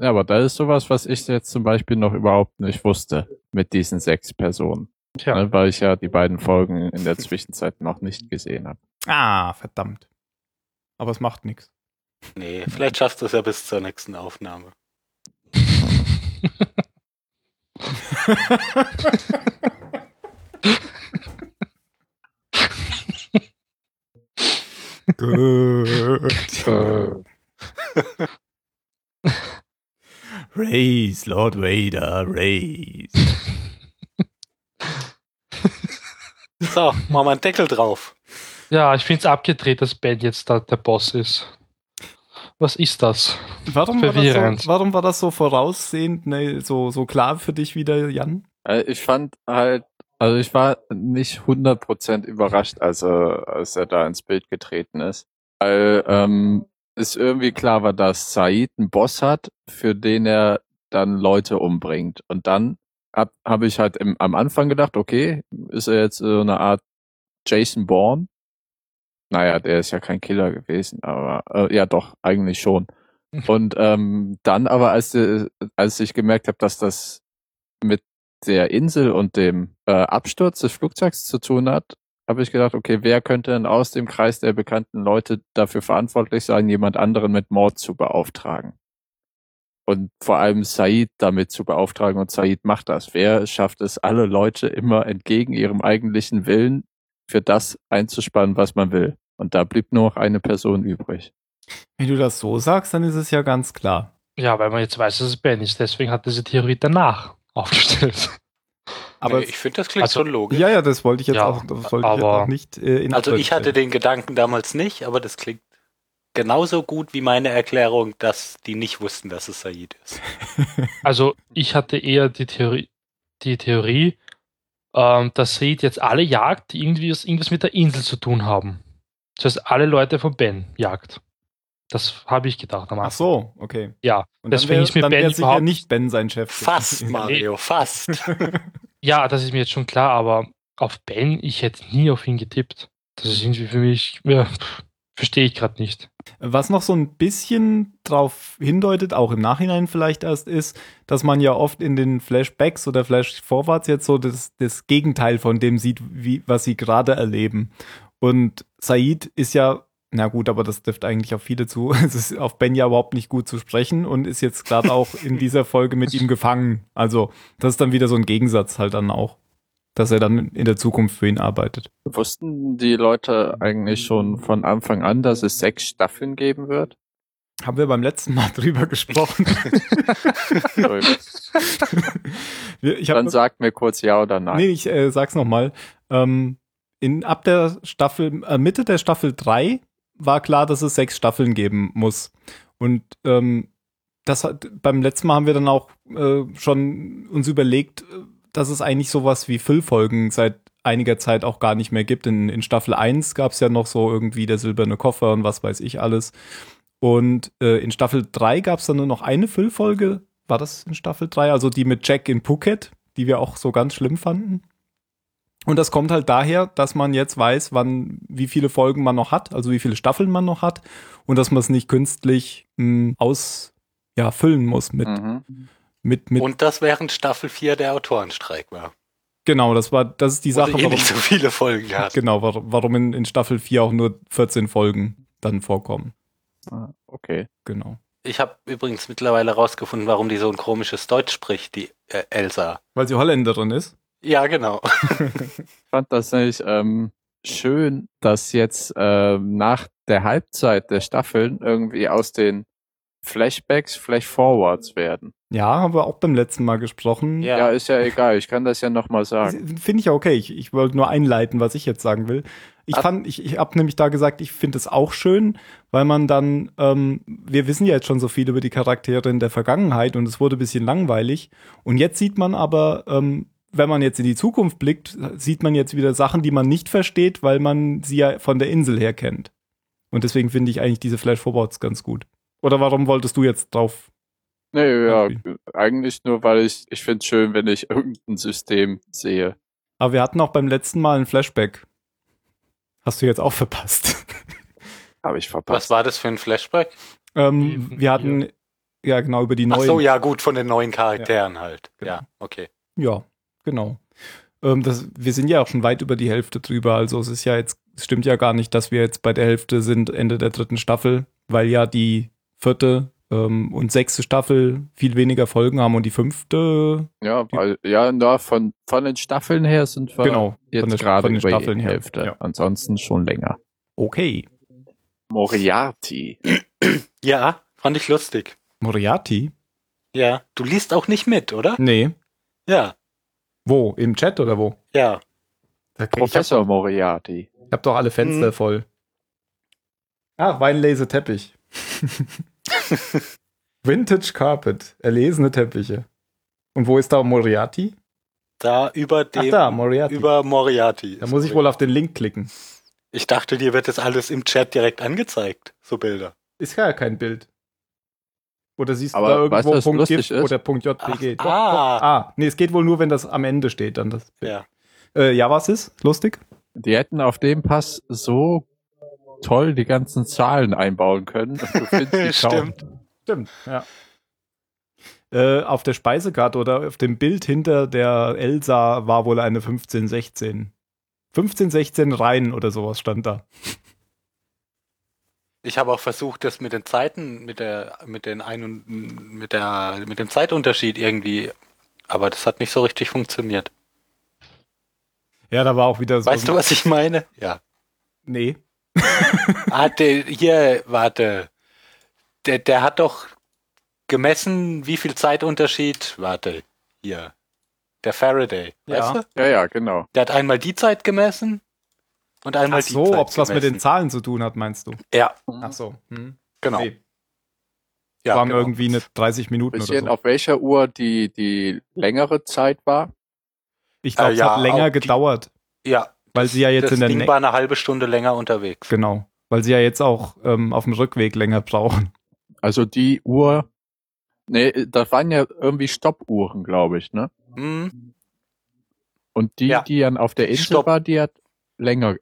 Speaker 3: Ja, aber da ist sowas, was ich jetzt zum Beispiel noch überhaupt nicht wusste mit diesen sechs Personen.
Speaker 4: Tja.
Speaker 3: Ne, weil ich ja die beiden Folgen in der Zwischenzeit noch nicht gesehen habe.
Speaker 2: Ah, verdammt. Aber es macht nichts.
Speaker 1: Nee, vielleicht schaffst du es ja bis zur nächsten Aufnahme.
Speaker 2: Gut. Race, Lord Vader, race.
Speaker 1: So, machen wir einen Deckel drauf.
Speaker 4: Ja, ich finde es abgedreht, dass Ben jetzt da der Boss ist. Was ist das?
Speaker 2: Warum war, das
Speaker 4: Verwirrend.
Speaker 2: so, warum war das so voraussehend, ne, so, so klar für dich wieder, Jan?
Speaker 3: Äh, Ich fand halt, also ich war nicht 100% überrascht, als er, als er da ins Bild getreten ist. Weil ähm, es irgendwie klar war, dass Said einen Boss hat, für den er dann Leute umbringt. Und dann habe hab ich halt im, am Anfang gedacht, okay, ist er jetzt so eine Art Jason Bourne? Naja, der ist ja kein Killer gewesen, aber äh, ja doch, eigentlich schon. Und ähm, dann aber, als, äh, als ich gemerkt habe, dass das mit der Insel und dem äh, Absturz des Flugzeugs zu tun hat, habe ich gedacht, okay, wer könnte denn aus dem Kreis der bekannten Leute dafür verantwortlich sein, jemand anderen mit Mord zu beauftragen? Und vor allem Said damit zu beauftragen und Said macht das. Wer schafft es, alle Leute immer entgegen ihrem eigentlichen Willen für das einzuspannen, was man will? Und da blieb nur noch eine Person übrig.
Speaker 2: Wenn du das so sagst, dann ist es ja ganz klar.
Speaker 4: Ja, weil man jetzt weiß, dass es Ben ist. Deswegen hat diese Theorie danach aufgestellt.
Speaker 2: Aber
Speaker 1: nee, ich finde, das klingt
Speaker 4: also-
Speaker 1: schon logisch.
Speaker 2: ja, ja, das wollte ich jetzt
Speaker 4: Ja,
Speaker 2: auch, das wollte ich jetzt
Speaker 4: aber-
Speaker 2: auch nicht äh, in
Speaker 1: also
Speaker 2: Abrede
Speaker 1: ich hatte
Speaker 2: stellen.
Speaker 1: den Gedanken damals nicht, aber das klingt genauso gut wie meine Erklärung, dass die nicht wussten, dass es Said ist.
Speaker 4: Also ich hatte eher die Theorie, die Theorie ähm, dass Said jetzt alle jagt, die irgendwie was, irgendwas mit der Insel zu tun haben. Das heißt, alle Leute von Ben jagt. Das habe ich gedacht am Anfang.
Speaker 2: Ach so, okay.
Speaker 4: Ja,
Speaker 2: Und
Speaker 4: Deswegen
Speaker 2: dann wär,
Speaker 4: ist mir
Speaker 2: dann
Speaker 4: Ben
Speaker 2: wär sicher
Speaker 4: überhaupt-
Speaker 2: nicht Ben sein Chef.
Speaker 1: Fast, Mario, fast.
Speaker 4: ja, das ist mir jetzt schon klar, aber auf Ben, ich hätte nie auf ihn getippt. Das ist irgendwie für mich, ja, pff, verstehe ich gerade nicht.
Speaker 2: Was noch so ein bisschen drauf hindeutet, auch im Nachhinein vielleicht erst, ist, dass man ja oft in den Flashbacks oder Flashforwards jetzt so das, das Gegenteil von dem sieht, wie, was sie gerade erleben. Und Said ist ja, na gut, aber das trifft eigentlich auf viele zu. Es ist auf Ben ja überhaupt nicht gut zu sprechen und ist jetzt gerade auch in dieser Folge mit ihm gefangen. Also, das ist dann wieder so ein Gegensatz halt dann auch, dass er dann in der Zukunft für ihn arbeitet.
Speaker 3: Wussten die Leute eigentlich schon von Anfang an, dass es sechs Staffeln geben wird?
Speaker 2: Haben wir beim letzten Mal drüber gesprochen. Wir- ich hab
Speaker 3: Dann sagt mir kurz ja oder nein.
Speaker 2: Nee, ich äh, sag's nochmal. Ähm, in, ab der Staffel, äh, Mitte der Staffel 3 war klar, dass es sechs Staffeln geben muss. Und ähm, das hat, beim letzten Mal haben wir dann auch äh, schon uns überlegt, äh, dass es eigentlich sowas wie Füllfolgen seit einiger Zeit auch gar nicht mehr gibt. In, in Staffel 1 gab's ja noch so irgendwie der silberne Koffer und was weiß ich alles. Und äh, in Staffel 3 gab's dann nur noch eine Füllfolge. War das in Staffel 3? Also die mit Jack in Phuket, die wir auch so ganz schlimm fanden. Und das kommt halt daher, dass man jetzt weiß, wann, wie viele Folgen man noch hat, also wie viele Staffeln man noch hat und dass man es nicht künstlich mh, aus, ja, füllen muss mit,
Speaker 3: Mhm.
Speaker 2: mit, mit,
Speaker 1: Und das während Staffel 4 der Autorenstreik war.
Speaker 2: genau, das war, das ist die Sache,
Speaker 1: Wo sie eh nicht so viele Folgen gehabt.
Speaker 2: genau, wa- warum in, in Staffel 4 auch nur 14 Folgen dann vorkommen.
Speaker 3: Ah, okay.
Speaker 2: Genau.
Speaker 1: Ich habe übrigens mittlerweile rausgefunden, warum die so ein komisches Deutsch spricht, die äh, Elsa.
Speaker 2: Weil sie Holländerin ist.
Speaker 1: Ja, genau.
Speaker 3: Ich fand das nämlich ähm, schön, dass jetzt ähm, nach der Halbzeit der Staffeln irgendwie aus den Flashbacks Flashforwards werden.
Speaker 2: Ja, haben wir auch beim letzten Mal gesprochen.
Speaker 1: Ja.
Speaker 3: Ja, ist ja egal. Ich kann das ja nochmal sagen.
Speaker 2: Finde ich ja okay. Ich, ich wollte nur einleiten, was ich jetzt sagen will. Ich
Speaker 1: Ab-
Speaker 2: fand, ich, ich habe nämlich da gesagt, ich finde es auch schön, weil man dann, ähm, wir wissen ja jetzt schon so viel über die Charaktere in der Vergangenheit und es wurde ein bisschen langweilig. Und jetzt sieht man aber, ähm, wenn man jetzt in die Zukunft blickt, sieht man jetzt wieder Sachen, die man nicht versteht, weil man sie ja von der Insel her kennt. Und deswegen finde ich eigentlich diese Flash-Forwards ganz gut. Oder warum wolltest du jetzt drauf?
Speaker 3: Nee, ja,
Speaker 2: Irgendwie.
Speaker 3: eigentlich nur, weil ich, ich finde es schön, wenn ich irgendein System sehe.
Speaker 2: Aber wir hatten auch beim letzten Mal ein Flashback. Hast du jetzt auch verpasst.
Speaker 3: Habe ich
Speaker 1: Was
Speaker 3: verpasst.
Speaker 1: war das für ein Flashback?
Speaker 2: Ähm,
Speaker 4: Eben,
Speaker 2: wir hatten, ja. genau, über die
Speaker 1: Ach
Speaker 2: neuen.
Speaker 1: so, ja, gut, von den neuen Charakteren halt.
Speaker 2: Genau.
Speaker 1: Ja, okay.
Speaker 2: Ja, genau. Ähm, das, wir sind ja auch schon weit über die Hälfte drüber, also es ist ja jetzt, es stimmt ja gar nicht, dass wir jetzt bei der Hälfte sind, Ende der dritten Staffel, weil ja die vierte ähm, und sechste Staffel viel weniger Folgen haben und die fünfte,
Speaker 3: Ja, weil, ja, na, von, von den Staffeln her sind wir
Speaker 2: genau,
Speaker 3: jetzt
Speaker 2: von der-
Speaker 3: gerade
Speaker 2: von den
Speaker 3: über
Speaker 2: Staffeln
Speaker 3: die
Speaker 2: her.
Speaker 3: Hälfte.
Speaker 2: Ja.
Speaker 3: Ansonsten schon länger.
Speaker 2: Okay.
Speaker 3: Moriarty.
Speaker 1: Ja, fand ich lustig.
Speaker 2: Moriarty?
Speaker 1: Ja, du liest auch nicht mit, oder?
Speaker 2: Nee.
Speaker 1: Ja,
Speaker 2: Wo? Im Chat oder wo?
Speaker 1: ja.
Speaker 3: Professor Moriarty.
Speaker 2: Ich hab doch alle Fenster
Speaker 1: Mhm.
Speaker 2: voll. Ah, Weinlese Teppich. Vintage Carpet, erlesene Teppiche. Und wo ist da Moriarty?
Speaker 1: Da über
Speaker 2: Ach
Speaker 1: dem,
Speaker 2: da, Moriarty.
Speaker 1: über Moriarty.
Speaker 2: da muss ich wohl auf den Link klicken.
Speaker 1: Ich dachte, dir wird das alles im Chat direkt angezeigt, so Bilder.
Speaker 2: Ist ja kein Bild. Oder siehst
Speaker 3: Aber
Speaker 2: du da irgendwo
Speaker 3: weißt du, was
Speaker 2: Punkt
Speaker 3: lustig
Speaker 2: .gif
Speaker 3: ist?
Speaker 2: oder Punkt .jpg?
Speaker 1: Ach,
Speaker 2: Doch,
Speaker 1: ah.
Speaker 2: doch. ah, nee, es geht wohl nur, wenn das am Ende steht, dann das Bild.
Speaker 1: Ja.
Speaker 2: Äh, ja, was ist? Lustig?
Speaker 3: Die hätten auf dem Pass so toll die ganzen Zahlen einbauen können. Und du findest die kaum.
Speaker 1: Stimmt.
Speaker 2: Stimmt, ja. Äh, auf der Speisekarte oder auf dem Bild hinter der Elsa war wohl eine 1516. 1516 Reihen oder sowas stand da.
Speaker 1: Ich habe auch versucht, das mit den Zeiten, mit der, mit den ein und mit der, mit dem Zeitunterschied irgendwie, aber das hat nicht so richtig funktioniert.
Speaker 2: Ja, da war auch wieder so.
Speaker 1: Weißt du, was ich meine? Ja.
Speaker 2: Nee.
Speaker 1: Ah, der, hier, warte. Der, der hat doch gemessen, wie viel Zeitunterschied. Warte, hier. Der Faraday. Weißt
Speaker 2: Ja.
Speaker 1: du?
Speaker 3: Ja, ja, genau.
Speaker 1: Der hat einmal die Zeit gemessen und einmal
Speaker 2: Ach
Speaker 1: die
Speaker 2: so,
Speaker 1: Zeit.
Speaker 2: ob es was mit den
Speaker 1: gemessen.
Speaker 2: Zahlen zu tun hat, meinst du?
Speaker 1: Ja,
Speaker 2: Ach so. Hm.
Speaker 1: Mhm. genau.
Speaker 2: Nee,
Speaker 1: Ja,
Speaker 2: waren
Speaker 1: genau.
Speaker 2: irgendwie eine 30 Minuten oder
Speaker 3: Bisschen
Speaker 2: so.
Speaker 3: auf welcher Uhr die, die längere Zeit war.
Speaker 2: Ich
Speaker 1: Äh,
Speaker 2: glaube, es
Speaker 1: ja,
Speaker 2: hat
Speaker 1: auch
Speaker 2: länger
Speaker 1: die-
Speaker 2: gedauert,
Speaker 1: Ja,
Speaker 2: weil sie ja jetzt
Speaker 1: das
Speaker 2: in der
Speaker 1: Ding
Speaker 2: Nä-
Speaker 1: war eine halbe Stunde länger unterwegs.
Speaker 2: Genau. Weil sie ja jetzt auch ähm, auf dem Rückweg länger brauchen.
Speaker 3: Also die Uhr. Nee, das waren ja irgendwie Stoppuhren, glaube ich, ne?
Speaker 1: Hm,
Speaker 3: Und die,
Speaker 1: Ja.
Speaker 3: die dann auf der Insel
Speaker 1: Stopp.
Speaker 3: war, die hat länger.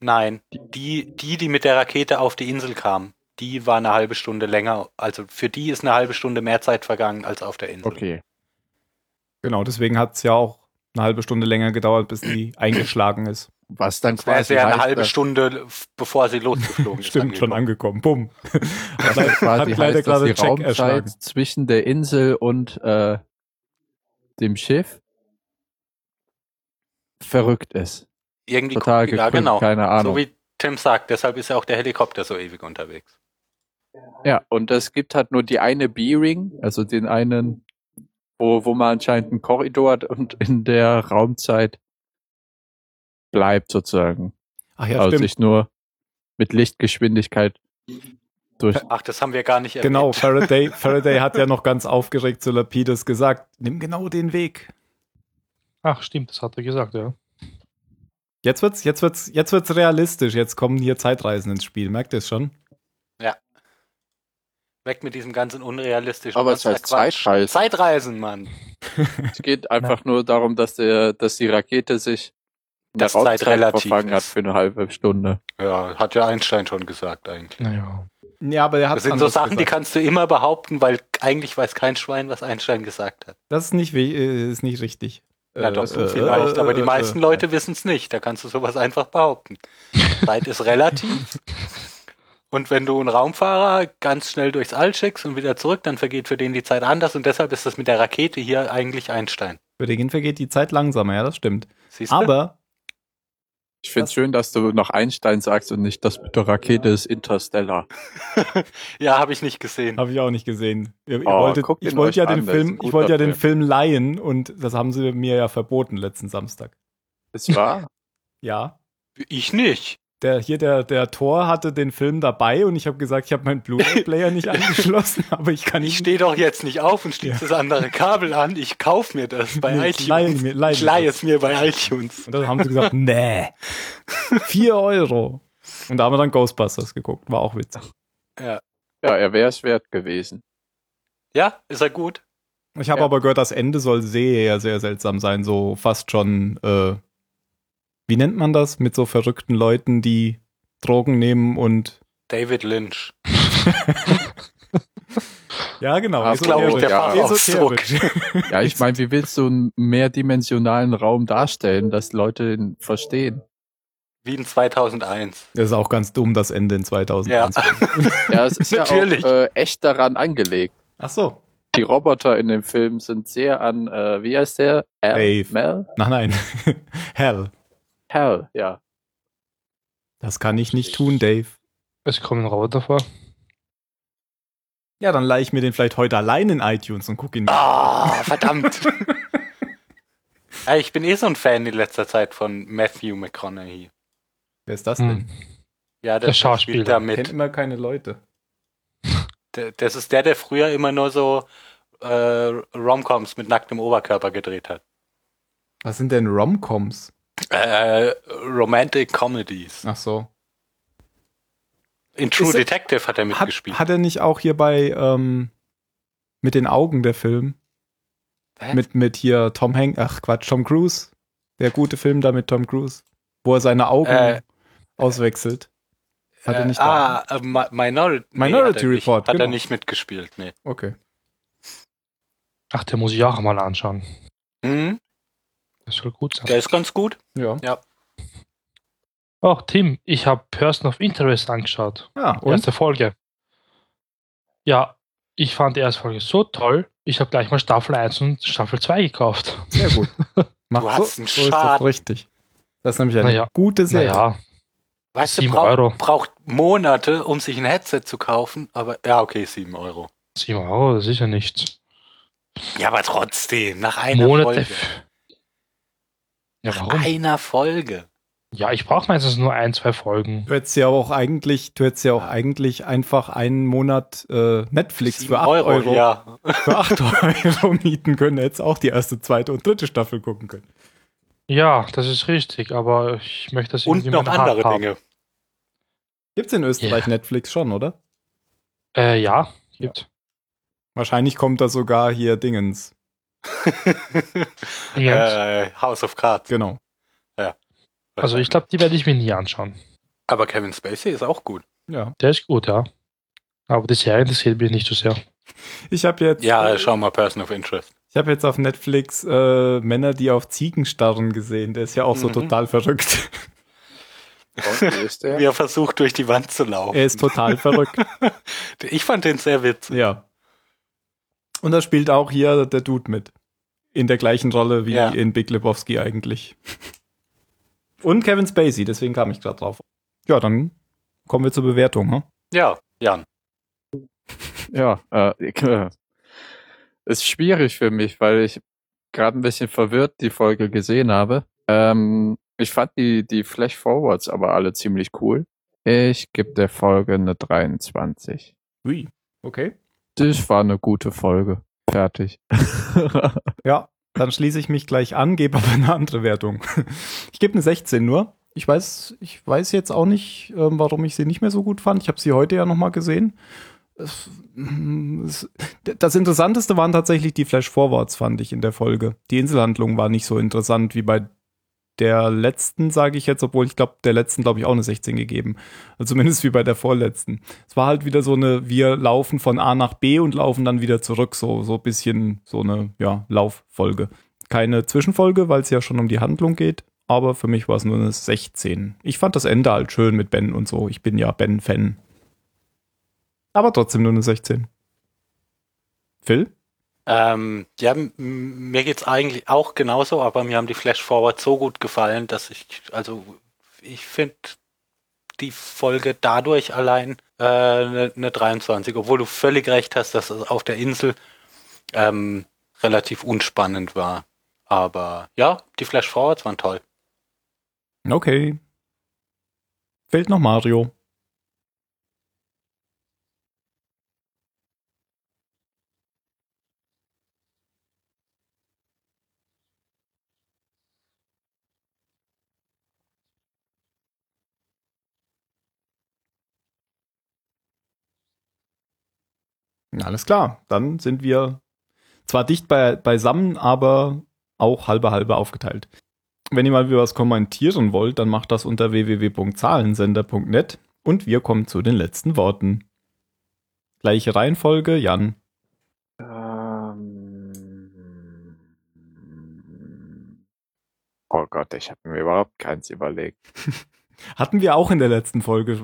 Speaker 1: nein, die, die, die mit der Rakete auf die Insel kamen, die war eine halbe Stunde länger. Also für die ist eine halbe Stunde mehr Zeit vergangen als auf der Insel.
Speaker 3: Okay.
Speaker 2: Genau, deswegen hat es ja auch eine halbe Stunde länger gedauert, bis die eingeschlagen ist.
Speaker 3: Was dann
Speaker 1: Das
Speaker 3: quasi
Speaker 1: wäre eine
Speaker 3: heißt,
Speaker 1: halbe
Speaker 3: dass-
Speaker 1: Stunde, f- bevor sie losgeflogen ist.
Speaker 2: Stimmt, schon
Speaker 1: angekommen.
Speaker 2: angekommen. Bumm.
Speaker 3: was dann quasi
Speaker 2: leider
Speaker 3: heißt, dass
Speaker 2: gerade
Speaker 3: die
Speaker 2: Jack
Speaker 3: Raumzeit
Speaker 2: erschlagen.
Speaker 3: zwischen der Insel und äh, dem Schiff verrückt ist.
Speaker 1: Irgendwie
Speaker 3: Total
Speaker 1: gucken- Ja,
Speaker 3: gekrümmt,
Speaker 1: genau.
Speaker 3: keine Ahnung.
Speaker 1: So wie Tim sagt, deshalb ist ja auch der Helikopter so ewig unterwegs.
Speaker 3: Ja, und es gibt halt nur die eine B-Ring, also den einen, wo, wo man anscheinend einen Korridor hat und in der Raumzeit bleibt sozusagen.
Speaker 2: Ach
Speaker 3: also sich nur mit Lichtgeschwindigkeit durch.
Speaker 1: Ach, das haben wir gar nicht erwähnt.
Speaker 2: Genau, Faraday, Faraday hat ja noch ganz aufgeregt zu Lapides gesagt, nimm genau den Weg.
Speaker 4: Ach, stimmt, das hat er gesagt, ja.
Speaker 2: Jetzt wird's, jetzt wird's, jetzt wird's realistisch. Jetzt kommen hier Zeitreisen ins Spiel. Merkt ihr es schon?
Speaker 1: Weg mit diesem ganzen unrealistischen.
Speaker 3: Aber es heißt
Speaker 1: Quatsch.
Speaker 3: Zeitreisen.
Speaker 1: Zeitreisen, Mann.
Speaker 3: Es geht einfach nur darum, dass der, dass die Rakete sich der
Speaker 1: dass Zeit
Speaker 3: Raumzeit
Speaker 1: relativ
Speaker 3: verfangen hat
Speaker 1: ist.
Speaker 3: für eine halbe Stunde.
Speaker 1: Ja, hat ja Einstein schon gesagt eigentlich.
Speaker 4: Naja.
Speaker 2: Ja, aber er hat
Speaker 1: Das sind so Sachen, die kannst du immer behaupten, weil eigentlich weiß kein Schwein, was Einstein gesagt hat.
Speaker 2: Das ist nicht, wi- äh, ist nicht richtig.
Speaker 1: Na
Speaker 2: Äh,
Speaker 1: doch, so
Speaker 2: äh,
Speaker 1: vielleicht,
Speaker 2: äh,
Speaker 1: aber die
Speaker 2: äh,
Speaker 1: meisten
Speaker 2: äh.
Speaker 1: Leute wissen es nicht. Da kannst du sowas einfach behaupten. Zeit ist relativ. Und wenn du einen Raumfahrer ganz schnell durchs All schickst und wieder zurück, dann vergeht für den die Zeit anders und deshalb ist das mit der Rakete hier eigentlich Einstein.
Speaker 2: Für den vergeht die Zeit langsamer, ja, das stimmt.
Speaker 1: Siehst du?
Speaker 2: Aber
Speaker 3: Ich finde
Speaker 2: Was?
Speaker 3: es schön, dass du noch Einstein sagst und nicht, dass mit der Rakete ist Interstellar.
Speaker 1: Ja, habe ich nicht gesehen.
Speaker 2: habe ich auch nicht gesehen. Ihr, ihr
Speaker 3: Oh,
Speaker 2: wolltet,
Speaker 3: guckt
Speaker 2: ich
Speaker 3: ihn
Speaker 2: wollte ja
Speaker 3: euch
Speaker 2: den
Speaker 3: an, das ist
Speaker 2: Film,
Speaker 3: ein
Speaker 2: ich wollte ja
Speaker 3: guter
Speaker 2: den Film leihen und das haben sie mir ja verboten letzten Samstag.
Speaker 3: Es war
Speaker 2: Ja.
Speaker 1: Ich nicht.
Speaker 2: Der hier der der Tor hatte den Film dabei und ich habe gesagt, ich habe meinen Blu-ray Player nicht angeschlossen, aber ich kann ihn
Speaker 1: Ich stehe doch jetzt nicht auf und schließe das andere Kabel an. Ich kauf mir das bei
Speaker 2: Nee, ich leihe
Speaker 1: iTunes.
Speaker 2: mir- leihe
Speaker 1: ich
Speaker 2: mir
Speaker 1: leihe
Speaker 2: das.
Speaker 1: es mir bei iTunes.
Speaker 2: Und dann haben sie gesagt, nee, 4 Euro. Und da haben wir dann Ghostbusters geguckt. War auch witzig.
Speaker 3: Ja, er wäre es wert gewesen.
Speaker 1: Ja, ist er gut.
Speaker 2: Ich habe
Speaker 1: Ja.
Speaker 2: aber gehört, das Ende soll sehr, sehr seltsam sein. So fast schon, äh, wie nennt man das? Mit so verrückten Leuten, die Drogen nehmen und.
Speaker 1: David Lynch.
Speaker 2: Ja, genau.
Speaker 3: Ah,
Speaker 1: Das glaube ich, der
Speaker 3: Ja.
Speaker 1: Fachausdruck.
Speaker 3: Ja, ich meine, wie willst du einen mehrdimensionalen Raum darstellen, dass Leute ihn verstehen?
Speaker 1: Wie in 2001.
Speaker 2: Das ist auch ganz dumm, das Ende in 2001.
Speaker 1: Ja.
Speaker 3: Ja, es ist ja auch
Speaker 1: Natürlich.
Speaker 3: äh, echt daran angelegt.
Speaker 2: Ach so.
Speaker 3: Die Roboter in dem Film sind sehr an, äh, wie heißt der? Al-
Speaker 2: Dave.
Speaker 3: Mel?
Speaker 2: Nein, nein. Hell.
Speaker 3: Hell, ja.
Speaker 2: Das kann ich nicht tun, Dave.
Speaker 4: Es kommen Roboter vor.
Speaker 2: Ja, dann leihe ich mir den vielleicht heute allein in iTunes und gucke ihn mir.
Speaker 1: Ah, verdammt. ja, ich bin eh so ein Fan in letzter Zeit von Matthew McConaughey.
Speaker 2: Wer ist das
Speaker 4: Hm.
Speaker 2: denn?
Speaker 1: Ja,
Speaker 4: Der Schauspieler.
Speaker 1: spielt
Speaker 2: Ich kenne
Speaker 1: damit.
Speaker 2: immer keine Leute.
Speaker 1: Das ist der, der früher immer nur so äh, Romcoms mit nacktem Oberkörper gedreht hat.
Speaker 2: Was sind denn Romcoms?
Speaker 1: Äh, Romantic Comedies.
Speaker 2: Ach so.
Speaker 1: In True
Speaker 2: Ist er-
Speaker 1: Detective hat er
Speaker 2: Hat,
Speaker 1: mitgespielt.
Speaker 2: hat er nicht auch hier bei ähm, mit den Augen der Film?
Speaker 1: Hä?
Speaker 2: Mit, mit hier Tom Hanks, ach Quatsch, Tom Cruise. Der gute Film da mit Tom Cruise, wo er seine Augen
Speaker 1: Äh,
Speaker 2: auswechselt. Hat er
Speaker 1: Äh,
Speaker 2: nicht da?
Speaker 1: ah, äh, Mi- Minority,
Speaker 2: Minority
Speaker 1: hat er nicht,
Speaker 2: Report,
Speaker 1: Hat er
Speaker 2: genau.
Speaker 1: nicht mitgespielt, nee.
Speaker 2: Okay.
Speaker 4: Ach, der muss ich auch mal anschauen.
Speaker 1: Mhm,
Speaker 4: Das soll gut sein.
Speaker 1: der ist ganz gut.
Speaker 2: Ja.
Speaker 4: Ach, Tim, ich habe Person of Interest angeschaut.
Speaker 2: Ja, und?
Speaker 4: Erste Folge. Ja, ich fand die erste Folge so toll. Ich habe gleich mal Staffel 1 und Staffel 2 gekauft.
Speaker 2: Sehr gut. Macht
Speaker 1: Du hast
Speaker 2: so,
Speaker 1: einen
Speaker 2: so ist das
Speaker 1: Schaden.
Speaker 2: richtig. Das ist nämlich eine
Speaker 4: Naja.
Speaker 2: gute Serie.
Speaker 4: Naja,
Speaker 1: Weißt du,
Speaker 4: Sieben
Speaker 1: brau-
Speaker 4: Euro.
Speaker 1: braucht Monate, um sich ein Headset zu kaufen, aber ja, okay, 7 Euro.
Speaker 4: 7 Euro, das ist ja nichts.
Speaker 1: Ja, aber trotzdem, nach einer
Speaker 4: Monate.
Speaker 1: Folge.
Speaker 4: f- Ja,
Speaker 1: Nach
Speaker 4: warum?
Speaker 1: einer Folge.
Speaker 4: Ja, ich brauche meistens nur ein, zwei Folgen.
Speaker 2: Du hättest ja auch eigentlich, du hättest ja auch eigentlich einfach einen Monat äh, Netflix
Speaker 1: Sieben
Speaker 2: für 8 Euro,
Speaker 1: Ja.
Speaker 2: für 8 Euro mieten können. Hättest auch die erste, zweite und dritte Staffel gucken können.
Speaker 4: Ja, das ist richtig, aber ich möchte das
Speaker 1: Und
Speaker 4: irgendwie
Speaker 1: noch
Speaker 4: mal in der Hand
Speaker 1: andere
Speaker 4: haben.
Speaker 1: Dinge.
Speaker 2: Gibt's in Österreich Netflix schon, oder?
Speaker 4: Äh, ja, gibt.
Speaker 2: Wahrscheinlich kommt da sogar hier Dingens.
Speaker 4: Ja.
Speaker 1: äh, House of Cards.
Speaker 2: Genau.
Speaker 4: also ich glaube, die werde ich mir nie anschauen.
Speaker 1: aber Kevin Spacey ist auch gut.
Speaker 2: Ja.
Speaker 4: Der ist gut, ja. Aber die Serie interessiert mich nicht so sehr.
Speaker 2: Ich habe jetzt,
Speaker 1: Ja, schau mal, Person of Interest.
Speaker 2: ich habe jetzt auf Netflix äh, Männer, die auf Ziegen starren gesehen. Der ist ja auch so
Speaker 1: Mhm.
Speaker 2: total verrückt.
Speaker 3: Und wie ist
Speaker 1: Wie
Speaker 3: der?
Speaker 1: er versucht, durch die Wand zu laufen.
Speaker 2: Er ist total verrückt.
Speaker 1: Ich fand den sehr witzig.
Speaker 2: Ja. Und da spielt auch hier der Dude mit. In der gleichen Rolle wie
Speaker 1: Ja.
Speaker 2: in Big Lebowski eigentlich. Und Kevin Spacey, deswegen kam ich gerade drauf. Ja, dann kommen wir zur Bewertung. Hm?
Speaker 1: Ja, Jan.
Speaker 3: Ja, äh, ich, äh, ist schwierig für mich, weil ich gerade ein bisschen verwirrt die Folge gesehen habe. Ähm, ich fand die, die Flash-Forwards aber alle ziemlich cool. Ich gebe der Folge eine 23.
Speaker 2: Ui. Okay.
Speaker 3: Das war eine gute Folge. Fertig.
Speaker 2: Ja, dann schließe ich mich gleich an, gebe aber eine andere Wertung. Ich gebe eine 16 nur. Ich weiß, ich weiß jetzt auch nicht, ähm, warum ich sie nicht mehr so gut fand. Ich habe sie heute ja nochmal gesehen. Es- mm, es- Das Interessanteste waren tatsächlich die Flash-Forwards, fand ich in der Folge. Die Inselhandlung war nicht so interessant wie bei der letzten, sage ich jetzt, obwohl ich glaube, der letzten, glaube ich, auch eine 16 gegeben. Also zumindest wie bei der vorletzten. Es war halt wieder so eine, wir laufen von A nach B und laufen dann wieder zurück, so, so ein bisschen so eine, ja, Lauffolge. Keine Zwischenfolge, weil es ja schon um die Handlung geht, aber für mich war es nur eine 16. Ich fand das Ende halt schön mit Ben und so. Ich bin ja Ben-Fan. Aber trotzdem nur eine 16. Phil?
Speaker 1: Ähm, ja, m- m- mir geht's eigentlich auch genauso, aber mir haben die Flash-Forward so gut gefallen, dass ich, also ich finde die Folge dadurch allein eine äh, ne- ne 23, obwohl du völlig recht hast, dass es auf der Insel ähm, relativ unspannend war. Aber ja, die Flash-Forwards waren toll.
Speaker 2: Okay. Fehlt noch Mario. Na, Alles klar, dann sind wir zwar dicht bei, beisammen, aber auch halbe halbe aufgeteilt. Wenn ihr mal wieder was kommentieren wollt, dann macht das unter www.zahlensender.net und wir kommen zu den letzten Worten. Gleiche Reihenfolge, Jan.
Speaker 3: Ähm, oh Gott, ich habe mir überhaupt keins überlegt.
Speaker 2: Hatten wir auch in der letzten Folge.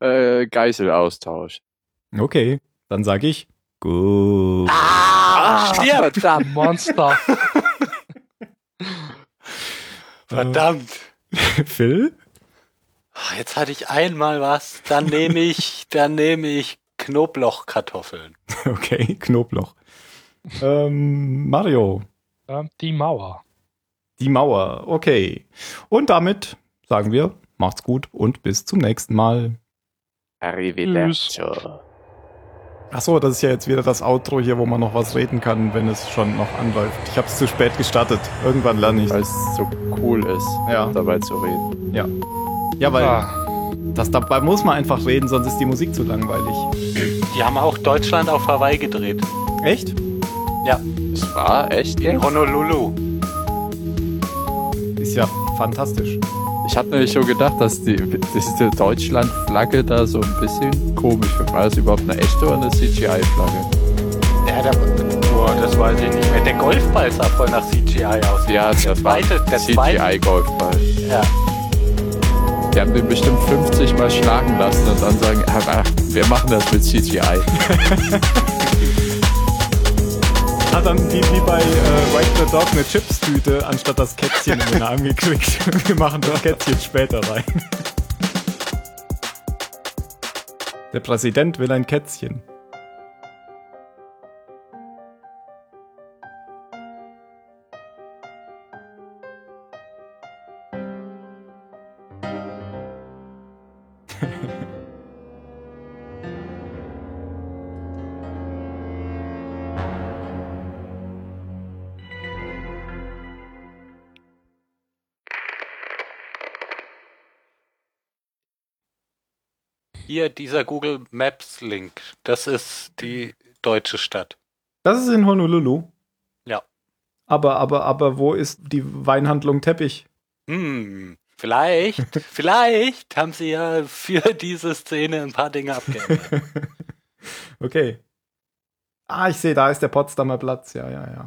Speaker 3: äh, Geiselaustausch.
Speaker 2: okay, dann sage ich. Gut.
Speaker 1: Ah, stirb!
Speaker 3: verdammt.
Speaker 4: Monster.
Speaker 1: Verdammt!
Speaker 2: Phil?
Speaker 1: Ah, Jetzt hatte ich einmal was, dann nehme ich, dann nehme ich Knoblauchkartoffeln.
Speaker 2: Okay, Knoblauch. Ähm, Mario.
Speaker 4: Ähm, die Mauer.
Speaker 2: Die Mauer. Okay. Und damit sagen wir, macht's gut und bis zum nächsten Mal.
Speaker 3: Arrivederci.
Speaker 2: Achso, das ist ja jetzt wieder das Outro hier, wo man noch was reden kann, wenn es schon noch anläuft. Ich habe es zu spät gestartet. Irgendwann lerne ich
Speaker 3: Weil es so cool ist,
Speaker 2: Ja.
Speaker 3: dabei zu reden.
Speaker 2: Ja, weil
Speaker 4: Ah,
Speaker 2: das dabei muss man einfach reden, sonst ist die Musik zu langweilig.
Speaker 1: Die haben auch Deutschland auf Hawaii gedreht.
Speaker 2: Echt?
Speaker 3: Es war echt.
Speaker 1: In Honolulu.
Speaker 2: Ist ja fantastisch.
Speaker 3: Ich habe nämlich schon gedacht, dass die, diese Deutschland-Flagge da so ein bisschen komisch wird. War das überhaupt eine echte oder eine CGI-Flagge?
Speaker 1: Ja, da, boah, das weiß ich nicht mehr. Der Golfball sah voll nach CGI aus.
Speaker 3: Ja, das war
Speaker 1: zweite- der zweite-
Speaker 3: CGI-Golfball.
Speaker 1: Ja.
Speaker 3: Die haben den bestimmt 50 Mal schlagen lassen und dann sagen, ach, ach, wir machen das mit CGI.
Speaker 2: Hat dann wie, wie bei äh, Wake the Dog eine Chips-Tüte anstatt das Kätzchen in den Arm gekriegt. Wir machen das Kätzchen später rein. Der Präsident will ein Kätzchen.
Speaker 1: Hier dieser Google Maps Link. Das ist die deutsche Stadt.
Speaker 2: Das ist in Honolulu.
Speaker 1: Ja.
Speaker 2: Aber, aber, aber wo ist die Weinhandlung Teppich?
Speaker 1: Hm, vielleicht, vielleicht haben sie ja für diese Szene ein paar Dinge abgeändert.
Speaker 2: okay. Ah, ich sehe, da ist der Potsdamer Platz. Ja, ja, ja.